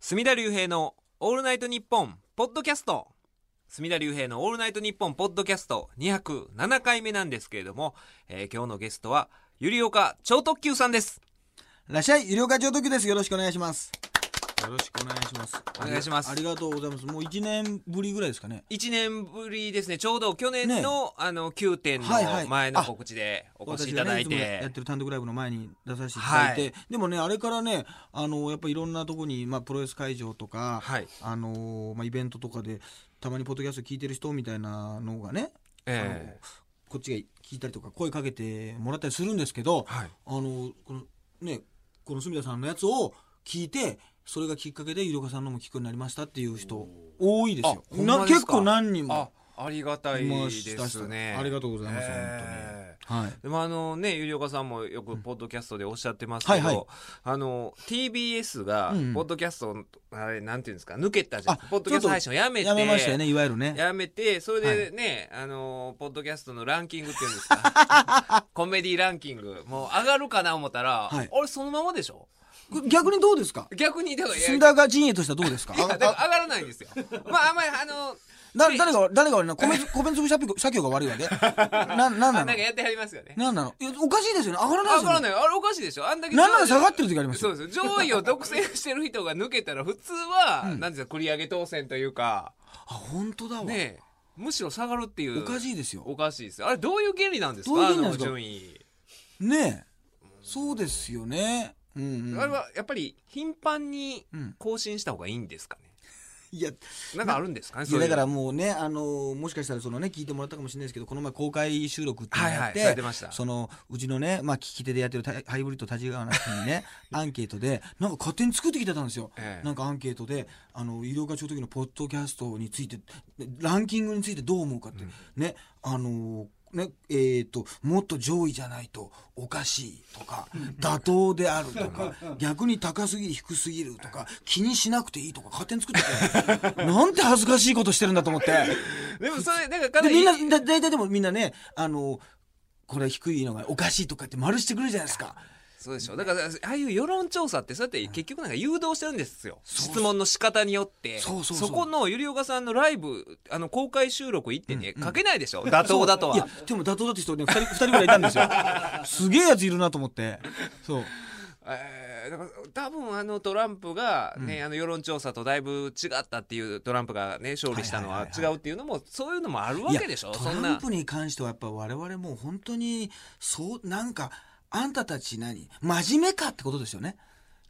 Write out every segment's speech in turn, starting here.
隅田隆平のオールナイトニッポンポッドキャスト隅田隆平のオールナイトニッポンポッドキャスト207回目なんですけれども、えー今日のゲストはゆりおか超特急さんですらっしゃい、医療課長時です。よろしくお願いします。よろしくお願いします。お願いしますありがとうございます。もう一年ぶりぐらいですかね。 1年ぶりですねちょうど去年の,、ねあの9点はいはのい前の告知でお越しいただいて、私がねつもやってる単独ライブの前に出させていただいて、はでもねあれからねあのやっぱいろんなとこに、まあ、プロレス会場とか、はいあのまあ、イベントとかでたまにポッドキャスト聞いてる人みたいなのがね、あえのこっちが聞いたりとか声かけてもらったりするんですけど、ーはいあのこのねこの隅田さんのやつを聞いてそれがきっかけでゆりかさんのも聞くようになりましたっていう人多いですよあほんまなです結か構何人あもありがたいいまですねありがとうございます、えー本当にはいでもあのね、ゆりおかさんもよくポッドキャストでおっしゃってますけど、はいはいあの、TBS がうんう、んポッドキャストの、あれ、なんていうんですか、抜けたじゃんあ。ポッドキャスト配信をやめて。やめましたよねいわゆるねやめて、それでね、あの、ポッドキャストのランキングっていうんですか、 コメディランキング、もう上がるかな思ったら、はいあれ、そのままでしょこれ逆にどうですか逆に、だから、いや隅田が陣営としてはどうですかいやだからあ上がらないんですよ。まあ、あんまり、あの、だ誰が誰が悪いの米米粒社協社協が悪いわけななんあななのんかやってはりますよね。なんなのいやおかしいですよね上がらないで上すがらよねない。あれ、おかしいでしょあんだけ。なんなら下がってる時ありますそようですよ上位を独占してる人が抜けたら普通は、うんなんですか繰り上げ当選というかあ本当だわ、ねえむしろ下がるっていうおかしいですよおかしいですあれどういう原理なんですかどういう原理なんですかあの順位、ねえそうですよねうん、うん、あれはやっぱり頻繁にうん更新した方がいいんですかねいやなんかあるんですかねいそやういうだからもうね、あのーもしかしたらその、ね、聞いてもらったかもしれないですけどこの前公開収録っていうのをやっはいはいて,、されてましたそのうちのね、まあ、聞き手でやってるタイハイブリッド立ち川の人 にねアンケートでなんか勝手に作ってきてたんですよ、ええなんかアンケートであの医療課長時のポッドキャストについてランキングについてどう思うかって、ねあのーねえー、ともっと上位じゃないとおかしいとか妥当であるとか逆に高すぎる低すぎるとか気にしなくていいとか勝手に作って てなんて恥ずかしいことしてるんだと思って。でもそれなんかかなでりみんなだ大体でもみんなねあのこれ低いのがおかしいとかって丸してくるじゃないですかそうでしょだからああいう世論調査ってそうやって結局なんか誘導してるんですよ質問の仕方によってそうそうそうこのゆりおかさんのライブあの公開収録行ってね、うんうん書けないでしょ妥当だとはいやでも妥当だって人ね2人 ,2 人ぐらいいたんですよ すげえやついるなと思ってそうえーだから多分あのトランプが、ねあの世論調査とだいぶ違ったっていうトランプが、ね、勝利したのはいははい違はいはうっていうのもそういうのもあるわけでしょいやそんトランなプに関してはやっぱ我々もう本当にそうなんかあんたたち何真面目かってことですよね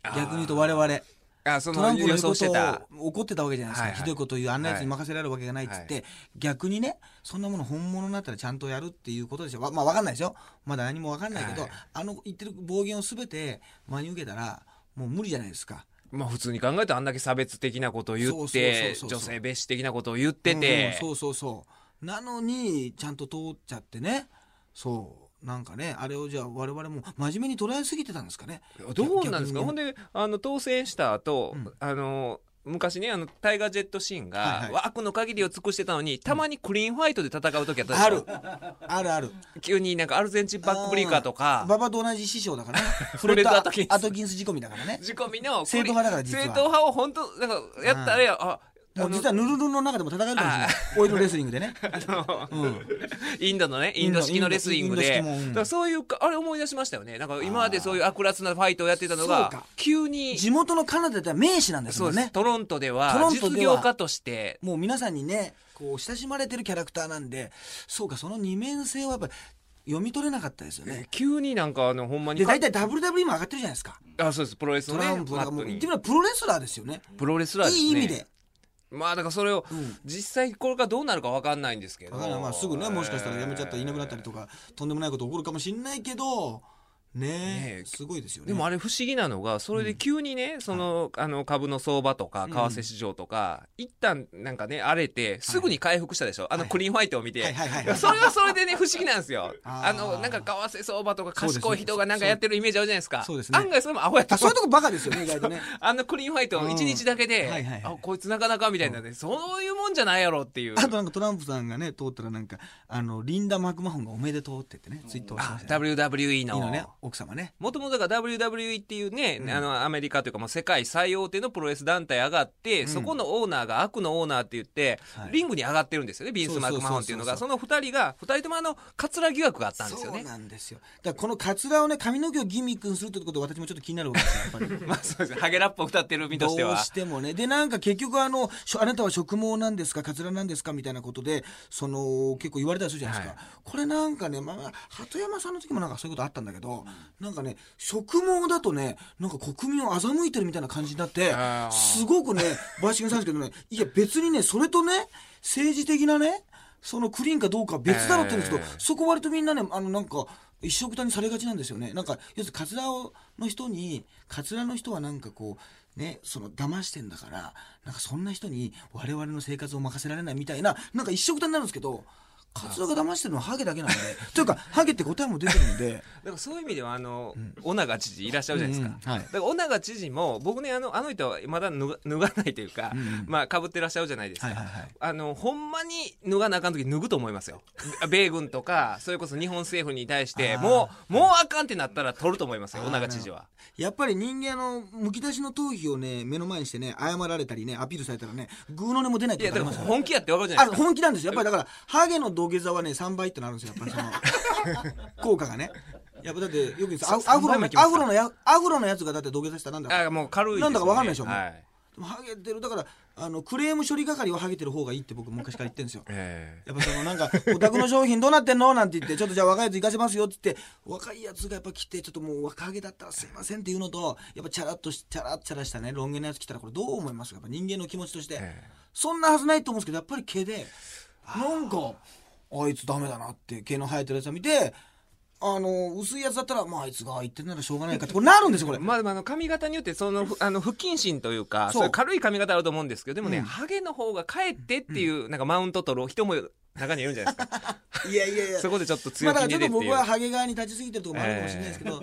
逆に言うと我々あそトラのンプの言予う想こしてたとを怒ってたわけじゃないですか、はいはいひどいことを言うあんなやつに任せられるわけがないっつって、は逆にねそんなもの本物になったらちゃんとやるっていうことでしょわまあ分かんないですよまだ何も分かんないけど、はいあの言ってる暴言を全て真に受けたらもう無理じゃないですか。まあ、普通に考えたらあんだけ差別的なことを言そうっそうそてうそう女性蔑視的なことを言ってて、うんうんそうそうそうなのにちゃんと通っちゃってねそうなんかねあれをじゃあ我々も真面目に捉えすぎてたんですかねどうなんですかほんでであの当選した後、うんあの昔ねあのタイガー・ジェット・シーンが、はいはい悪の限りを尽くしてたのにたまにクリーンファイトで戦う時あったでしょあるあるある急になんかアルゼンチンバックブリーカーとか馬場と同じ師匠だからね フレッドアトキンスアトキンス仕込みだからね仕込みの 正統派だから実は正統派を本当なんかやったらやあもう実はヌルルンの中でも戦えるかもしれないあオイルレスリン グでね、あのうん、インドのねインド式のレスリングでインドインド式もうんだからそういうかあれ思い出しましたよねなんか今までそういう悪辣なファイトをやってたのそうがか急に地元のカナダでは名士なんですそもうんですねトロントでトはロント実では業家としてもう皆さんにねこう親しまれてるキャラクターなんでそうかその二面性はやっぱり読み取れなかったですよね急になんかあのほんまにで大体 WWE も上がってるじゃないですかあそうですプロレストのラねンプマはッもトう言っにてみればプロレスラーですよねプロレスラーですねいい意味でまあだからそれをうん実際これからどうなるかわかんないんですけどだからまあすぐねもしかしたら辞めちゃったりいなくなったりとかとんでもないこと起こるかもしれないけどねねえすごいですよねでもあれ不思議なのがそれで急にね、そのあの株の相場とかん為替市場とか、一旦なんかね荒れてすぐに回復したでしょ、あのクリーンファイトを見て、はいはいはいはいそれはそれでね不思議なんですよああーのなんか為替相場とかそうですね賢い人がなんかやってるイメージあるじゃないですかそうですね案外それもアホやったあそういうとこバカですよね意外とねあのクリーンファイトを1日だけで、うんはいはいはいあこいつなかなかみたいなね、そういうもんじゃないやろっていうあとなんかトランプさんがね通ったらなんかあのリンダ・マクマホンがおめでとうって言ってねツイートをしてまあしたね WWE のいいのね奥様ねもともとが WWE っていうね、うんあのアメリカというか、まあ、世界最大手のプロレス団体上がって、んそこのオーナーが悪のオーナーって言って、はいリングに上がってるんですよねビンそス・うそマうそうクそうマホンっていうのがその2人が2人ともあのカツラ疑惑があったんですよそうね。なんですよだからこのカツラをね髪の毛をギミックにするってことが私もちょっと気になるわけですよやっぱりまあそうですハゲラップを歌ってる身としてどうはしてもね。で、なんか結局あの、しょあなたは植毛なんですか、カツラなんですかみたいなことで、その、結構言われたりするじゃないですか。これなんかね、まあ、鳩山さんの時もなんかそういうことあったんだけど、なんかね、植毛だとね、なんか国民を欺いてるみたいな感じになってあー、すごくね、バイシングさんですけどね、いや別にね、それとね、政治的なね、そのクリーンかどうかは別だろうって言うんですけど、えーそこ割とみんなね、あのなんか、一緒くたにされがちなんですよね。なんか、要するにカツラをの人に、カツラの人はなんかこう、ね、その騙してんだから、なんかそんな人に我々の生活を任せられないみたいな、なんか一緒くたになるんですけど、カツラが騙してるのはハゲだけなんで、というか、ハゲって答えも出てるんで、だからそういう意味ではあの、尾長知事いらっしゃるじゃないですか、うんうんはいだから尾長知事も僕ねあのあの人はまだ脱が脱がないというか、まあかぶってらっしゃるじゃないですか、 はいはいはいあのほんまに脱がなあかん時脱ぐと思い ますよべ米軍とかそれこそ日本政府に対してあーもうもうあかんってなったら取ると思いますよ尾長知事はやっぱり人間のむき出しの頭皮をね、目の前にしてね、謝られたりね、アピールされたらね、グーの音も出ないっいてやことだあからりますよね本気やってわかるじゃあないですか本気なんですよやっぱりだからハゲの土下座はね3倍ってなるんですよやっぱ りその効果がねやっぱだってよく言うんですアフアフロ三倍ものいきますかアフロのやアフロのやつがだって土下座したらなんだかあもう軽いです、ね、なんだかわかんないでしょもうはいでもハゲてるだからあのクレーム処理係はハゲてる方がいいって僕昔から言ってるんですよええやっぱそのなんか 「お宅の商品どうなってんの?」なんて言って「ちょっとじゃあ若いやつ行かせますよ」って言って若いやつがやっぱ来てちょっともう若毛だったらすいませんっていうのとやっぱチャラッとしチャラッチャラしたねロン毛のやつ来たらこれどう思いますかやっぱ人間の気持ちとして、ええそんなはずないと思うんですけどやっぱり毛でなんかあいつダメだなって毛の生えてるやつを見てあの薄いやつだったらまああいつが言ってんならしょうがないかってこれなるんですよこれ。まあ、まああの髪型によってそのふあ の不謹慎というかそそうういう軽い髪型あると思うんですけどでもね、ハゲの方がかえってっていう、なんかマウント取る人も中にはいるんじゃないです か いやいやいやそこでちょっと強まあだ気かに出らちょってっとていう、僕はハゲ側に立ちすぎてるところもあるかもしれないですけど、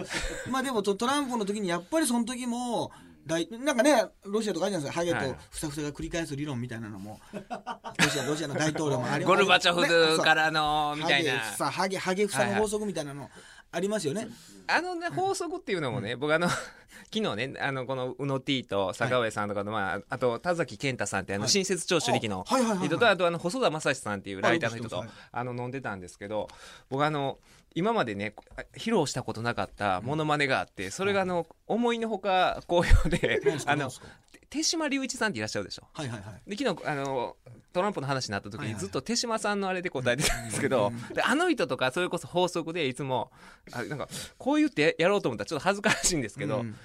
まあでもトトランプの時にやっぱりその時も大なんかねロシアとかあるじゃないですかハゲはいとふさふさが繰り返す理論みたいなのもロシアロシアの大統領もあれゴルバチョフかららのみたいな、さハゲハゲふさの法則みたいなのありますよね、あのね法則っていうのもね、僕あの 昨日ねあのこの宇野 T と坂上さんとかの、まあ、あと田崎健太さんってあの、はい新設聴取力のあはいはいはいはい人とあとあの細田正史さんっていうライターの人あとよく知ってあの飲んでたんですけど僕あの今までね披露したことなかったモノマネがあって、それがあの思いのほか好評で何ですかあ何のですか手島隆一さんっていらっしゃるでしょ。はいはいはいで昨日あのトランプの話になった時はいにはいずっと手嶋さんのあれで答えてたんですけど、であの人とかそれこそ法則でいつもあなんかこう言ってやろうと思ったらちょっと恥ずかしいんですけど「うん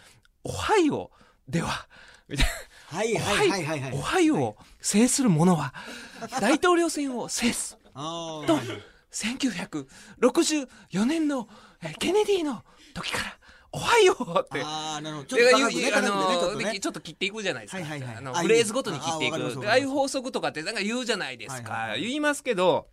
おはよう」ではみたいはいな「はいはいはいはいおはよう」を制する者は大統領選を制すあーと1964年のえケネディの時から「おはよう」ってあーなるほどちょっでとゆ高くねゆあ高くねちょっのとでねきちょっと切っていくじゃないですか、はいはいはいあのあフレーズごとに切っていあわかりますくわでかあありますいう法則とかってなんか言うじゃないですか、はいはいはい言いますけど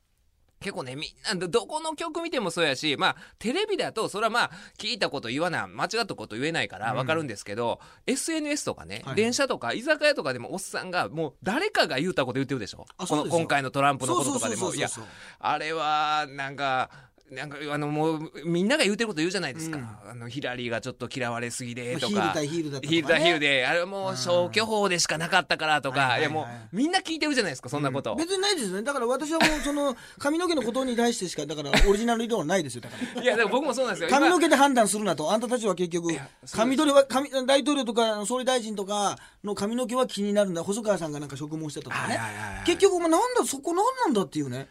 結構ねみんなどこの曲見てもそうやしまあテレビだとそれはまあ聞いたこと言わな間違ったこと言えないからわかるんですけど、SNS とかね、はい電車とか居酒屋とかでもおっさんがもう誰かが言ったこと言ってるでしょあこそうのですよ今回のトランプのこととかでそもういそうやそうそうあれはなんかなんかあのもうみんなが言うてること言うじゃないですか、あのヒラリーがちょっと嫌われすぎでとかヒール対ヒールだったとかねヒール対ヒールであれはもう消去法でしかなかったからとか、はいいはいはいやもうみんな聞いてるじゃないですかそんなこと、別にないですよねだから私はもう その髪の毛のことに対してしかだからオリジナル理論はないですよだからいやでも僕もそうなんですよ髪の毛毛で判断するなと、あんたたちは結局や、そうで髪取りは髪、大統領とか総理大臣とかの髪の毛は気になるんだ、細川さんがなんか職務をしてたとかはねいはいはいはい、結局、もうなんだ、そこなんなんだっていうね、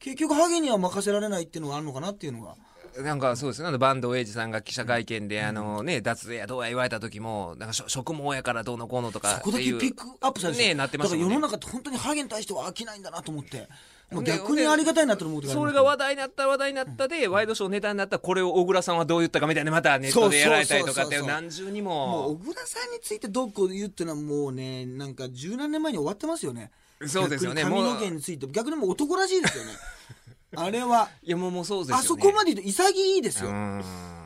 結局、ハゲには任せられないっていうのがあるのかなっていうのが、なんかそうですねあの坂東英二さんが記者会見で、あのね脱税やどうや言われた時もなんかしょ食毛やからどうのこうのとかそこっだてけいピうックアップされてねえなってましただもかんねら世の中って本当にハゲに対しては飽きないんだなと思って、もうで逆にありがたいなって思う時があそれりますが話題になった話題になったで、ワイドショーネタになったこれを小倉さんはどう言ったかみたいなまたネットでやられたりとかってそうそうそうそう何重にもうも小倉さんについてどうこう言うっていうのはもうねなんか十何年前に終わってますよねそうですよね逆にもう髪の毛について逆にもう男らしいですよねあれは、いやもうもう そうですよねあそこまで言うと潔いですうよん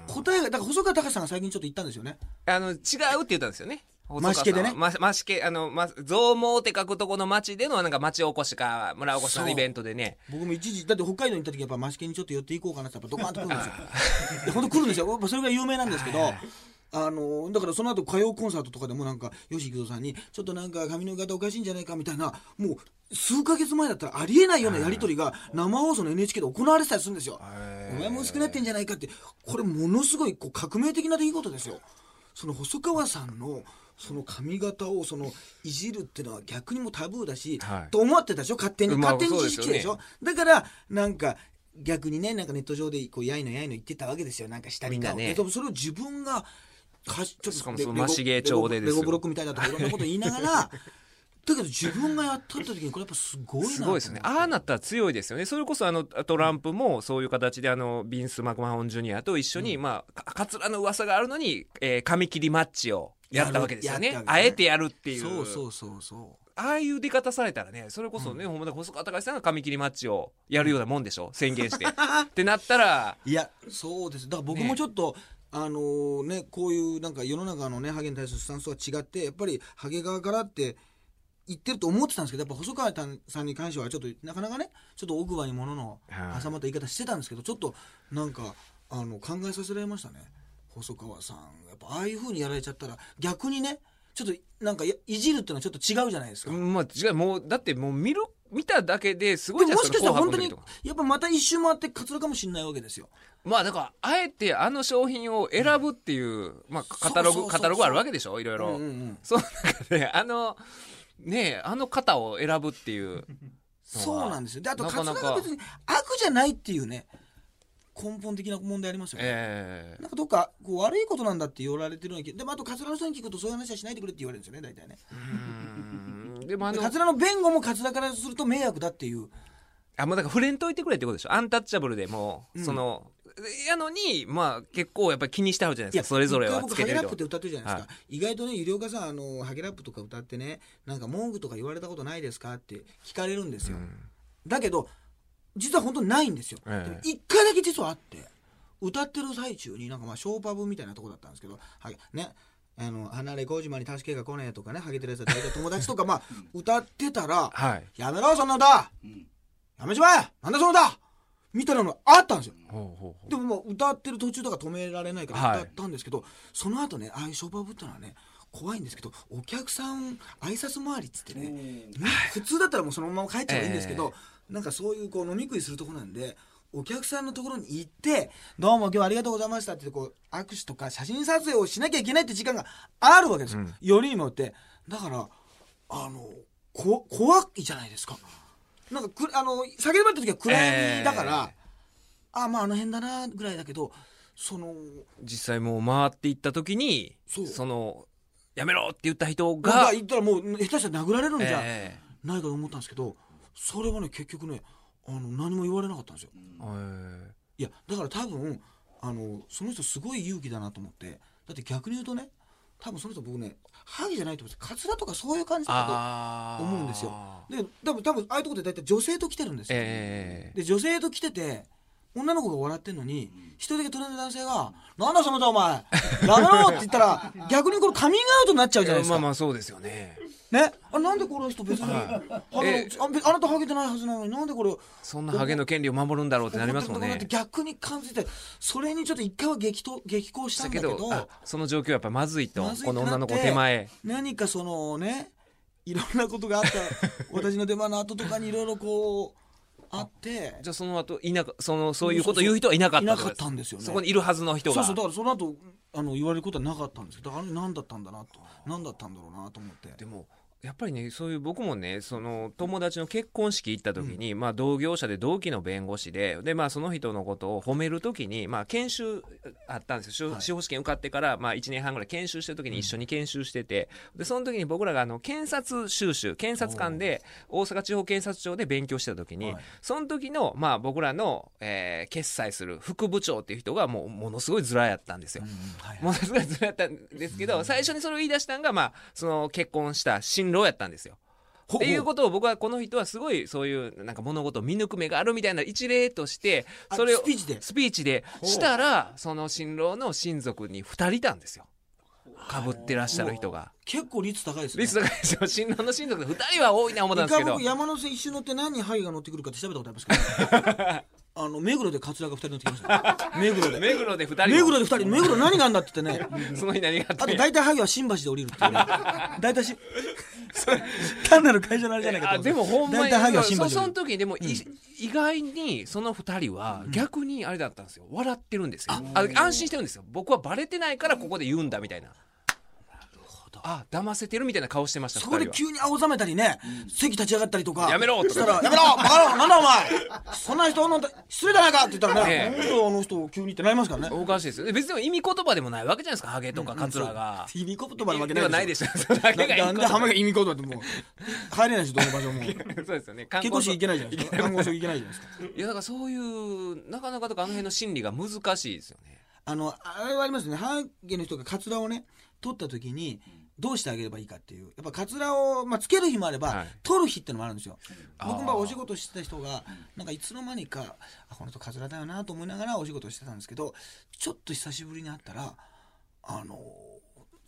答えがだから細川隆さんが最近ちょっと言ったんですよねあの違うって言ったんですよねマシケでねま、マシケ、あの、ま、増毛って書くとこの町での、なんか町おこしか、村おこしそのうイベントでね。僕も一時だって北海道に行った時やっぱマシケにちょっと寄っていこうかなってやっぱドカーンと来るんですよで本当来るんですよやっぱそれが有名なんですけどあのだからその後歌謡コンサートとかでもなんか吉幾三さんに「ちょっとなんか髪の型おかしいんじゃないか」みたいなもう数ヶ月前だったらありえないようなやり取りが生放送の NHK で行われてたりするんですよ。お前も薄くなってんじゃないかってこれものすごいこう革命的な出来事ですよ。その細川さんのその髪型をそのいじるっていうのは逆にもうタブーだし、はいと思ってたでしょ勝手にまあ勝手に知識でしそうょ、だからなんか逆にねなんかネット上でこうやいのやいの言ってたわけですよなんか下みにんなねでもそれを自分がはしちょっしかもレそのレゴマシゲー調でですよレゴブロックみたいだとかいろんなこと言いながら だけど自分がやったって時にこれやっぱすごいなすごいですね。あああなったら強いですよね。それこそあのトランプもそういう形であのビンス・マクマホン・ジュニアと一緒に、まあ、かかつらの噂があるのに、えー、髪切りマッチをやったわけですよね。やるやったわあけでえすねてやるっていう。そうそうそうそうああいう出方されたらね、それこそね、ほんまだ細川隆さんが髪切りマッチをやるようなもんでし ょ宣言して。ってなったら、いやそうですだから僕ねもちょっと、あのねこういうなんか世の中のねハゲに対するスタンスは違ってやっぱりハゲ側からって言ってると思ってたんですけどやっぱ細川さんに関してはちょっとなかなかねちょっと奥歯にもののはい挟まった言い方してたんですけどちょっとなんかあの考えさせられましたね細川さんやっぱああいう風にやられちゃったら逆にねちょっとなんかやいじるっていうのはちょっと違うじゃないですか。まあ違う、もう、だってもう見る、見ただけですごいでじゃもないもしでかすしか、たら紅本白当のに時とか。やっぱまた一周回ってカツラかもしれないわけですよ。まあだから、あえてあの商品を選ぶっていう、まあカタロそうそうそうそグ、うカタログあるわけでしょいろいろ。うんうんうんその中で、あの、ねえ、あの方を選ぶっていう。そうなんですよ。であとなカツかラなかが別に悪じゃないっていうね根本的な問題ありますよね。ええなんかどっかこう悪いことなんだって言われてるのにでもあとカツラの人に聞くとそういう話はしないでくれって言われるんですよね大体ね。うんでもあでのカ、ツラの弁護もカツラからすると迷惑だっていう。あ、もうだから触れんといてくれってことでしょアンタッチャブルでもう、うんその、やのに、まあ結構やっぱり気にしてはるじゃないいですか、それぞれは一回つ僕けてるハゲラップとって。歌ってるじゃないですか、意外とね医療家さんあのハゲラップとか歌ってねなんか文句とか言われたことないですかって聞かれるんですよ、だけど実は本当にないんですよええでも一、回だけ実はあって歌ってる最中になんかまあショーパブみたいなとこだったんですけどハゲねあの離れ小島に助けが来ねえとかねハゲてるやつは大体友達とかまあ歌ってたらはい。 「やめろそんな歌やめちまえなんだその歌!」みたいなのがあったんですよほうほうほうでももう歌ってる途中とか止められないかはいら歌ったんですけど、その後ねああいうショーパブってのはね怖いんですけどお客さん挨拶回りっつってねみ普通だったらもうそのまま帰っちゃえばいいんですけど、なんかそういうこう飲み食いするとこなんでお客さんのところに行って「どうも今日はありがとうございました」ってこう握手とか写真撮影をしなきゃいけないって時間があるわけですよ、よりにもってだからあのこ怖いじゃないですかなんかくあの下げるって時は暗闇だから、えあまああの辺だなぐらいだけどその実際もう回っていった時に、そうその、やめろって言った人がが、言ったらもう下手したら殴られるんじゃええないかと思ったんですけど、それはね結局ねあの何も言われなかったんですよえいやだから多分あのその人すごい勇気だなと思ってだって逆に言うとね多分その人僕ねハゲじゃないと思ってカツラとかそういう感じだとあー思うんですよで多分多分ああいうとこで大体女性と来てるんですよ、ええで女性と来てて女の子が笑ってんのに一人だけ隣の男性が「なんだその歌お前やめろ!」って言っ たら逆にこれカミングアウトになっちゃうじゃないですまあか、まあそうですよね。ねあなんでこの人別に、あのえあべあなたハゲてないはずなのになんでこれをそんなハゲの権利を守るんだろうってなりますもん怒ってねる。ところだって逆に感じてそれにちょっと一回は激闘激高しただんだけけどど、あその状況はやっぱまずいと、まずいこってのなって女の子手前。何かそのねいろんなこ とがあった私の出番の後とかにいろいろこうあってじゃあその後いなかそのそういうこと言う人はいなかったいなかったんですよねそこにいるはずの人そがうそうだからその後あの言われることはなかったんですけどだから何だったんだなと何だったんだろうなと思ってでもやっぱりねそういう僕もねその友達の結婚式行った時に、まあ、同業者で同期の弁護士でで、まあ、その人のことを褒める時に、まあ、研修あったんですよ司法,、はい司法試験受かってから、まあ、1年半ぐらい研修してる時に一緒に研修してて、でその時に僕らがあの検察修習検察官で大阪地方検察庁で勉強してた時に、はいその時の、まあ、僕らの、えー決裁する副部長っていう人がもうものすごいずらやったんですよ。 ものすごいずれやったんですけど、最初にそれを言い出したのが、まあ、その結婚した新郎やったんですよ。っていうことを僕はこの人はすごいそういうなんか物事を見抜く目があるみたいな一例としてあそれをスピーチでスピーチでしたらその新郎の親族に2人いたんですよ。かぶってらっしゃる人が。結構率高いですねリストがですよ新郎の親族で2人は多いな思ったんですけ一ど回僕山の線一周乗って何にハイが乗ってくるかって調べたことありますけど あの目黒でカツラが2人乗ってきましたね目黒で目黒で2人も目黒で2人目黒何があんだって言って ねその日何があっあたんとや大体ハイは新橋で降りるってい うね大体し単なる会社のあれじゃないかあと思ってでもほんま大に体ハイは新橋そでその降りる時にでもい、意外にその2人は逆にあれだったんですよ笑ってるんですよあ安心してるんですよ僕はバレてないからここで言うんだみたいなあ騙せてるみたいな顔してましたそこで二人は急に青ざめたりね、席立ち上がったりとかやめろとかしたら「やめろバカ野郎なんだお前そんな人の失礼じゃないか!」って言ったらねね「本当あの人急に」ってなりますからねおかしいですよで別に意味言葉でもないわけじゃないですかハゲとかカツラが、意味言葉なわけではなないいででししょ それだょなけが意味な言んでハ葉メが意味言葉っ てもう帰れないでしょどの場所も健そうですよね観康市行けないじゃないですか看護師行けないじゃないですかいやだからそういうなかなかとかあの辺の心理が難しいですよねあのあれはありますねハゲの人がカツラをね取った時にどうしてあげればいいかっていうやっぱカツラを、まあ、つける日もあれば、はい取る日ってのもあるんですよあー僕もお仕事してた人がなんかいつの間にかあこの人カツラだよなと思いながらお仕事してたんですけどちょっと久しぶりに会ったらあの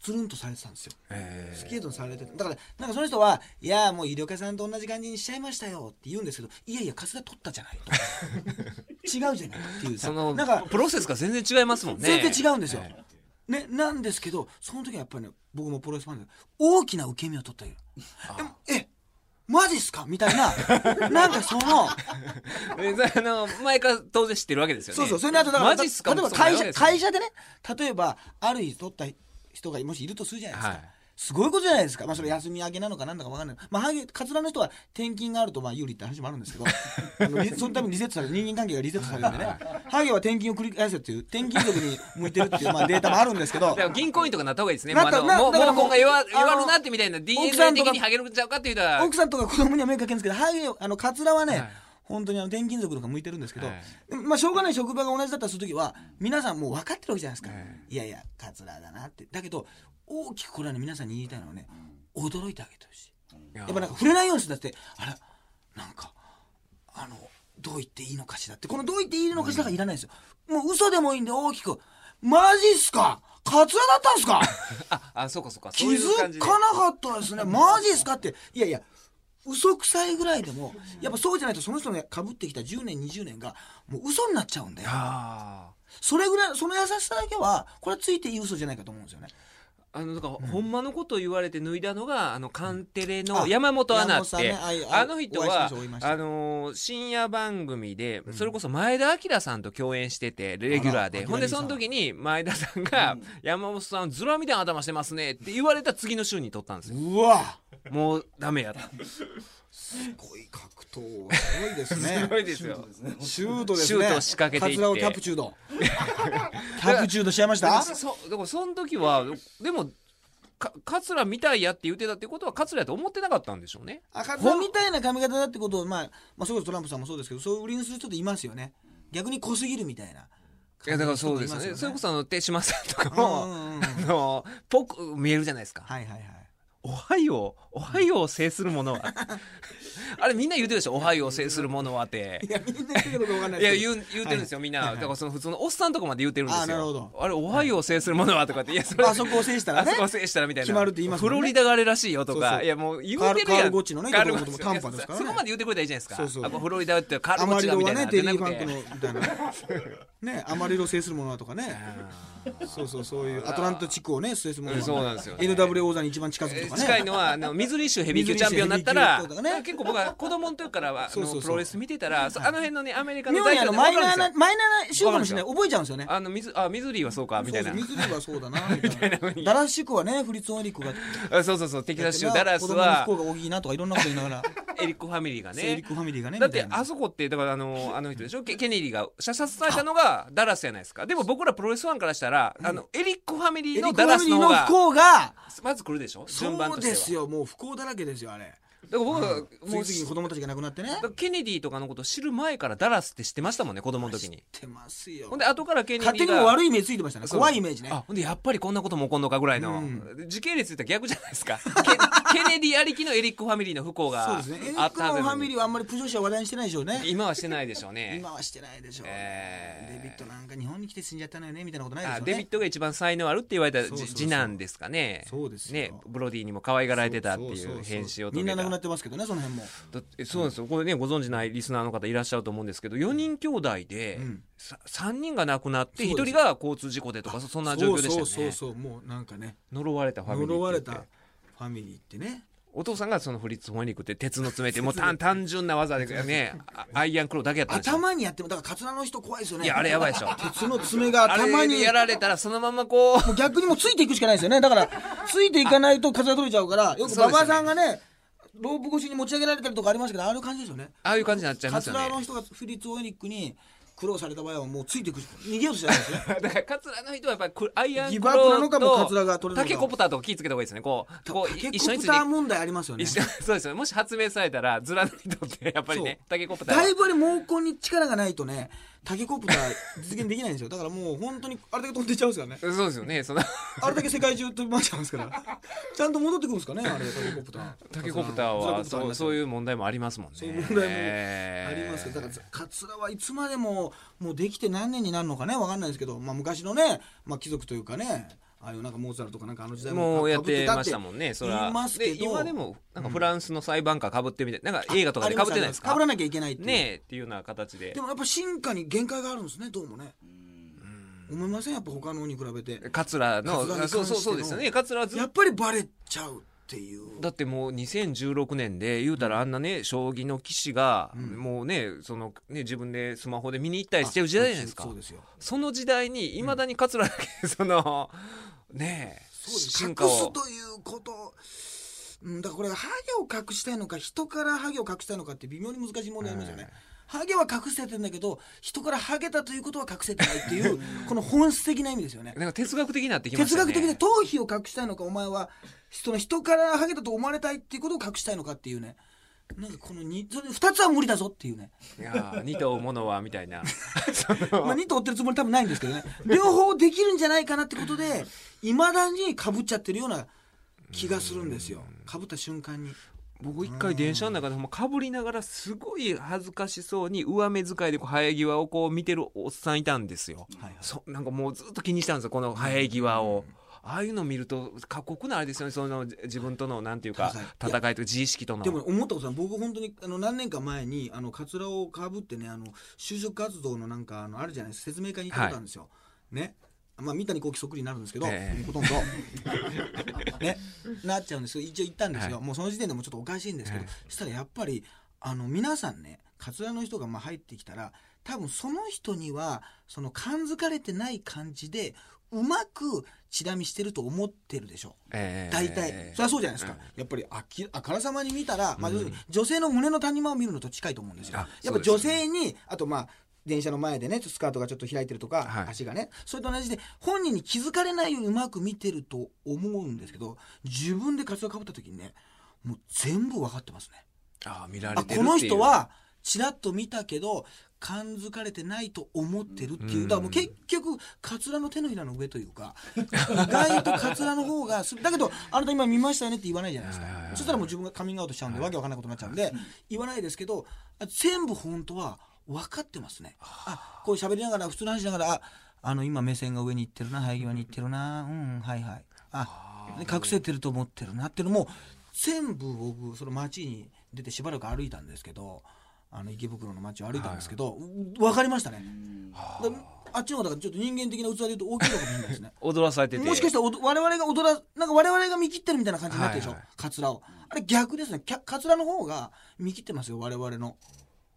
つるんとされてたんですよえスケートされててだからなんかその人は「いやーもう医療家さんと同じ感じにしちゃいましたよ」って言うんですけど「いやいやカツラ取ったじゃない」と 違うじゃないっていうさそのなんかプロセスが全然違いますもんね全然違うんですよええ。ね、なんですけどその時はやっぱりね僕もプロレスファンで大きな受け身を取ったよええマジっすかみたい ななんかそのえそあの前から当然知ってるわけですよねそうそうそれであとだかマら例ジっすかえばもうそんな会やばい社ですよ会社でね例えばある日取った人がもしいるとするじゃないですか、はいすごいことじゃないですか、まあ、それ休み明けなのかなんだかわかんない、まあ、ハゲカツラの人は転勤があるとまあ有利って話もあるんです けどあのリそのためにリセットされる人間関係がリセットされるんでねハゲは転勤を繰り返せっていう転勤族に向いてるっていう、まあ、データもあるんですけどだから銀行員とかなった方がいいですねなもっうあたのもうなだから毛根が弱あの弱るなってみたいな DNA 的にハゲるんちゃうかっていうたら奥さんとか子供には目かけるんですけど、ハゲあのカツラはね、はい本当にあの転勤族とか向いてるんですけど、はいでもまあしょうがない職場が同じだったりするときは、皆さんもう分かってるわけじゃないですか。、はいやいや、カツラだなって。だけど、大きくこれはね、皆さんに言いたいのはね、驚いてあげてほしい。やっぱなんか触れないようにするんだって、あら、なんか、あの、どう言っていいのかしらって、このどう言っていいのかしらがいらないんですよ。もう嘘でもいいんで大きく、マジっすかカツラだったんすかああそうかそうか気そういう感づじでかなかったですねマジですかっていやいや嘘くさいぐらいでもやっぱそうじゃないとその人のかぶってきた10年20年がもう嘘になっちゃうんだよあそれぐらいその優しさだけはこれはついていい嘘じゃないかと思うんですよねーあのだから、ほんまのこと言われて脱いだのがあのカンテレのあ山本アナって、山本さんねああの人お会いしまはしたお会いしましたあのー深夜番組で、それこそ前田明さんと共演しててレギュラーあでらほんでその時に前田さんが「山本さんズラみたいな頭してますね」って言われた次の週に撮ったんですようわもうダメやとすごい格闘すごいですねすごいですよ シュートですねシュートを仕掛けていってカツラをキャプチュー ドキャプチュードしちゃいましだからたそだからその時はでもか桂みたいやって言ってたってことは桂やと思ってなかったんでしょうねあカツラみたいな髪型だってことを、まあ、まあそれこそトランプさんもそうですけどそう売りにする人っていますよね逆に濃すぎるみたいないやだからそうですよねそれこそあの手島さんとかうんうもんうんあのぽく見えるじゃないですかはいはいはい。 「おはようおはようを制する者は」 あれみんな言うてるでしょ「おはようを制する者は」っていや、みんな言うことわかんないいやですけ言ど。う言うてるんですよみんなはいはだいからその普通のおっさんとかまで言うてるんですよあなるほどあれ「おはようを制する者は」とかっていやそれあそこを制したらねあそこを制したらみたいな決まるって言いますもんねフロリダがあれらしいよとかそうそういやもう言うてるやんカールカールゴッチのねカールゴ元々短波ですからねいやそこまで言うてくれたらいいじゃないですかそうそうあこれフロリダってカーアルゴッマチリがロみたはないね、じゃテリなー・フくァンクのてみたいなね。ね、アマリロ制するものだとかね。そうそう、そういうアトランタ地区をね、制するものだとかそうなんですよね NW 王座に一番近づくとかね。近いのはあのミズリー州ヘビー級チャンピオンになったらミズリー州ヘビー級とかね結構僕は子供の時からはあそうそうそのうプロレス見てたらそあの辺のねアメリカの妙代にあ表のでマ分イかるんでナーすよな、マイナーな州かもしれない。覚えちゃうんですよね。あのミズあミズリーはそうかみたいなそうそう、水はそうだな、みたいな。ダラス地区はね、フリッツ・オンエリックが。あ そうそうそうテキサス州ダラス子供のは不幸が大きいなとか、いろんなこと言いながら。エリックファミリーがそうエねリックファミリーがね。だってみたいなあそこってだからあのあの人でしょケケネディが射殺されたの がダラスじゃないですかでも僕らプロレスファンからしたらあのエリックファミリーエリッのクダファラミスリーのの方不が幸が。まず来るでしょ順番そとしてうではすよ、もう不幸だらけですよ、あれ。だから僕はももうう次に子供たちが亡くなってねだからケネディとかのことを知る前からダラスって知ってましたもんね子供の時に知ってますよほんで後からケネディが勝手にもう悪いイメージついてましたねそう怖いイメージねあほんでやっぱりこんなことも起こんのかぐらいの、うん時系列で言ったら逆じゃないですかケ ケネディありきのエリックファミリーの不幸そうがですねエリあッっクたはのずフなのァミにリーはあんまりプジョー氏は話題にしてないでしょうね今はしてないでしょうね今はしてないでしょう、えーデビットなんか日本に来て死んじゃったのよねみたいなことないでしょあうねデビッドが一番才能あるって言われたじそうそうそう次男ですかねそうですよねブロディにも可愛がられてたってそそいうそ返信をみ遂んげなた亡くなってますけどねその辺もだってそうなんですよこれねご存知ないリスナーの方いらっしゃると思うんですけど4人兄弟でうんさ3人が亡くなってそう1です人が交通事故でとかそそんな状況でそうしたそうよねそうそうもうなんかね呪われたファミリーって言って呪われたファミリーってねお父さんがそのフリッツ・ホイニックって鉄の 爪ってもう単単純な技でねあアイアンクローだけやったんですよ頭にやってもだからカツラの人怖いですよねいやあれやばいでしょ鉄の爪があ頭れにやられたらそのままこうもう逆にもうついていくしかないですよねだからついていかないとカツラ取れちゃうからよく馬場さんがねロープ越しに持ち上げられたりとかありましたけどああいう感じですよねああいう感じになっちゃいまカすツよねラの人がフリッツ・オエニックに苦労された場合はもうついていくし逃げようとしちゃうんですね だからカツラの人はやっぱりくアイアンギクブアップなロのーかもカツラがと取れるのタかケコプターとか気ぃつけた方がいいですねこうこうい 結一緒構についプタてー問題ありますよね一緒 そうですよねもし発明されたらずらないとってやっぱりねそうタケコプターはだいぶあれ毛根に力がないとねタケコプター実現できないんですよだからもう本当にあれだけ飛んでいっちゃうんですからねそうですよねそのあれだけ世界中飛び回っちゃうんですからちゃんと戻ってくるんですかねあれタケコプタータケコプターはそうそうういう問題もありますもんねそういう問題もえあーりますけどだからカツラはいつまでももうできて何年になるのかねわかんないですけど、まあ、昔のね、まあ、貴族というかねああいうなんかモーツァルトとかなんかあの時代もうやってましたんもんねそれ言はいますけどで今でもなんかフランスの裁判官かぶってみたいなんか映画とかでかぶってないですかぶからなきゃいけないっていうねえっていうような形ででもやっぱ進化に限界があるんですねどうもね思いませんやっぱ他のに比べてカツラのカツラに関してそうのそうそうですよねカツラはずっとやっぱりバレちゃうっていうだってもう2016年で言うたらあんなね将棋の棋士がもうねそのね自分でスマホで見に行ったりしてる時代じゃないですかそうですよその時代にいまだに桂だけ そのねえそうです進隠化すをということうんだからこれハゲを隠したいのか人からハゲを隠したいのかって微妙に難しい問題ありますよね、ハゲは隠せてんだけど人からハゲたということは隠せてないって いうこの本質的な意味ですよねなんか哲学的になってきまし哲たね学的で頭皮を隠したいのかお前はその人からハゲたと思われたいっていうことを隠したいのかっていうねなんかこのにそれ2つは無理だぞっていうねいやー似たものはみたい なそまあ、の2頭追ってるつもり多分ないんですけどね両方できるんじゃないかなってことでいまだにかぶっちゃってるような気がするんですよかぶった瞬間に僕一回電車の中でほんまかぶりながらすごい恥ずかしそうに上目遣いでこう生え際をこう見てるおっさんいたんですよ、はいはいそなんかもうずっと気にしたんですよこの生え際を。ああいうの見ると過酷なあれですよねそのじ自分とのなんていうか戦いいや戦いというか自意識とのでもね思ったことは僕本当にあの何年か前にあのカツラをかぶってねあの就職活動のなんかあのあるじゃないですか説明会に行ったことあるんですよ、ねまあ三谷幸喜そっくりになるんですけど、ええ ほとんどねなっちゃうんですけど一応行ったんですよ、もうその時点でもうちょっとおかしいんですけど、えそしたらやっぱりあの皆さんねカツラの人がまあ入ってきたら多分その人にはその感づかれてない感じでうまくチラ見してると思ってるでしょえー大体、それはそうじゃないですか、やっぱりあきあからさまに見たら、まあ、要するに女性の胸の谷間を見るのと近いと思うんですよあ。やっそうぱですね女性にあとまあ電車の前でねスカートがちょっと開いてるとか、はい足がねそれと同じで本人に気づかれないようにうまく見てると思うんですけど自分でカツラかぶった時にねもう全部分かってますね。ああ見られてあるっていうこの人はちらっと見たけど感づかれてないと思ってるっていう、うんだからもう結局カツラの手のひらの上というか意外とカツラの方がすだけどあなた今見ましたよねって言わないじゃないですか、はいはいはいそしたらもう自分がカミングアウトしちゃうんで、わけわかんないことになっちゃうんで、言わないですけどあ全部本当は分かってますねあこう喋りながら普通の話しながらああの今目線が上に行ってるな生え際に行ってるなうんはいはいあで隠せてると思ってるなっていうのも全部僕その街に出てしばらく歩いたんですけどあの池袋の街を歩いたんですけど、分かりましたねだあっちの方だからちょっと人間的な器で言うと大きいのかもしれないですね踊らされててもしかしたらおど我々が踊らなんか我々が見切ってるみたいな感じになってるでしょ、はいはカツラをあれ逆ですねキャカツラの方が見切ってますよ我々の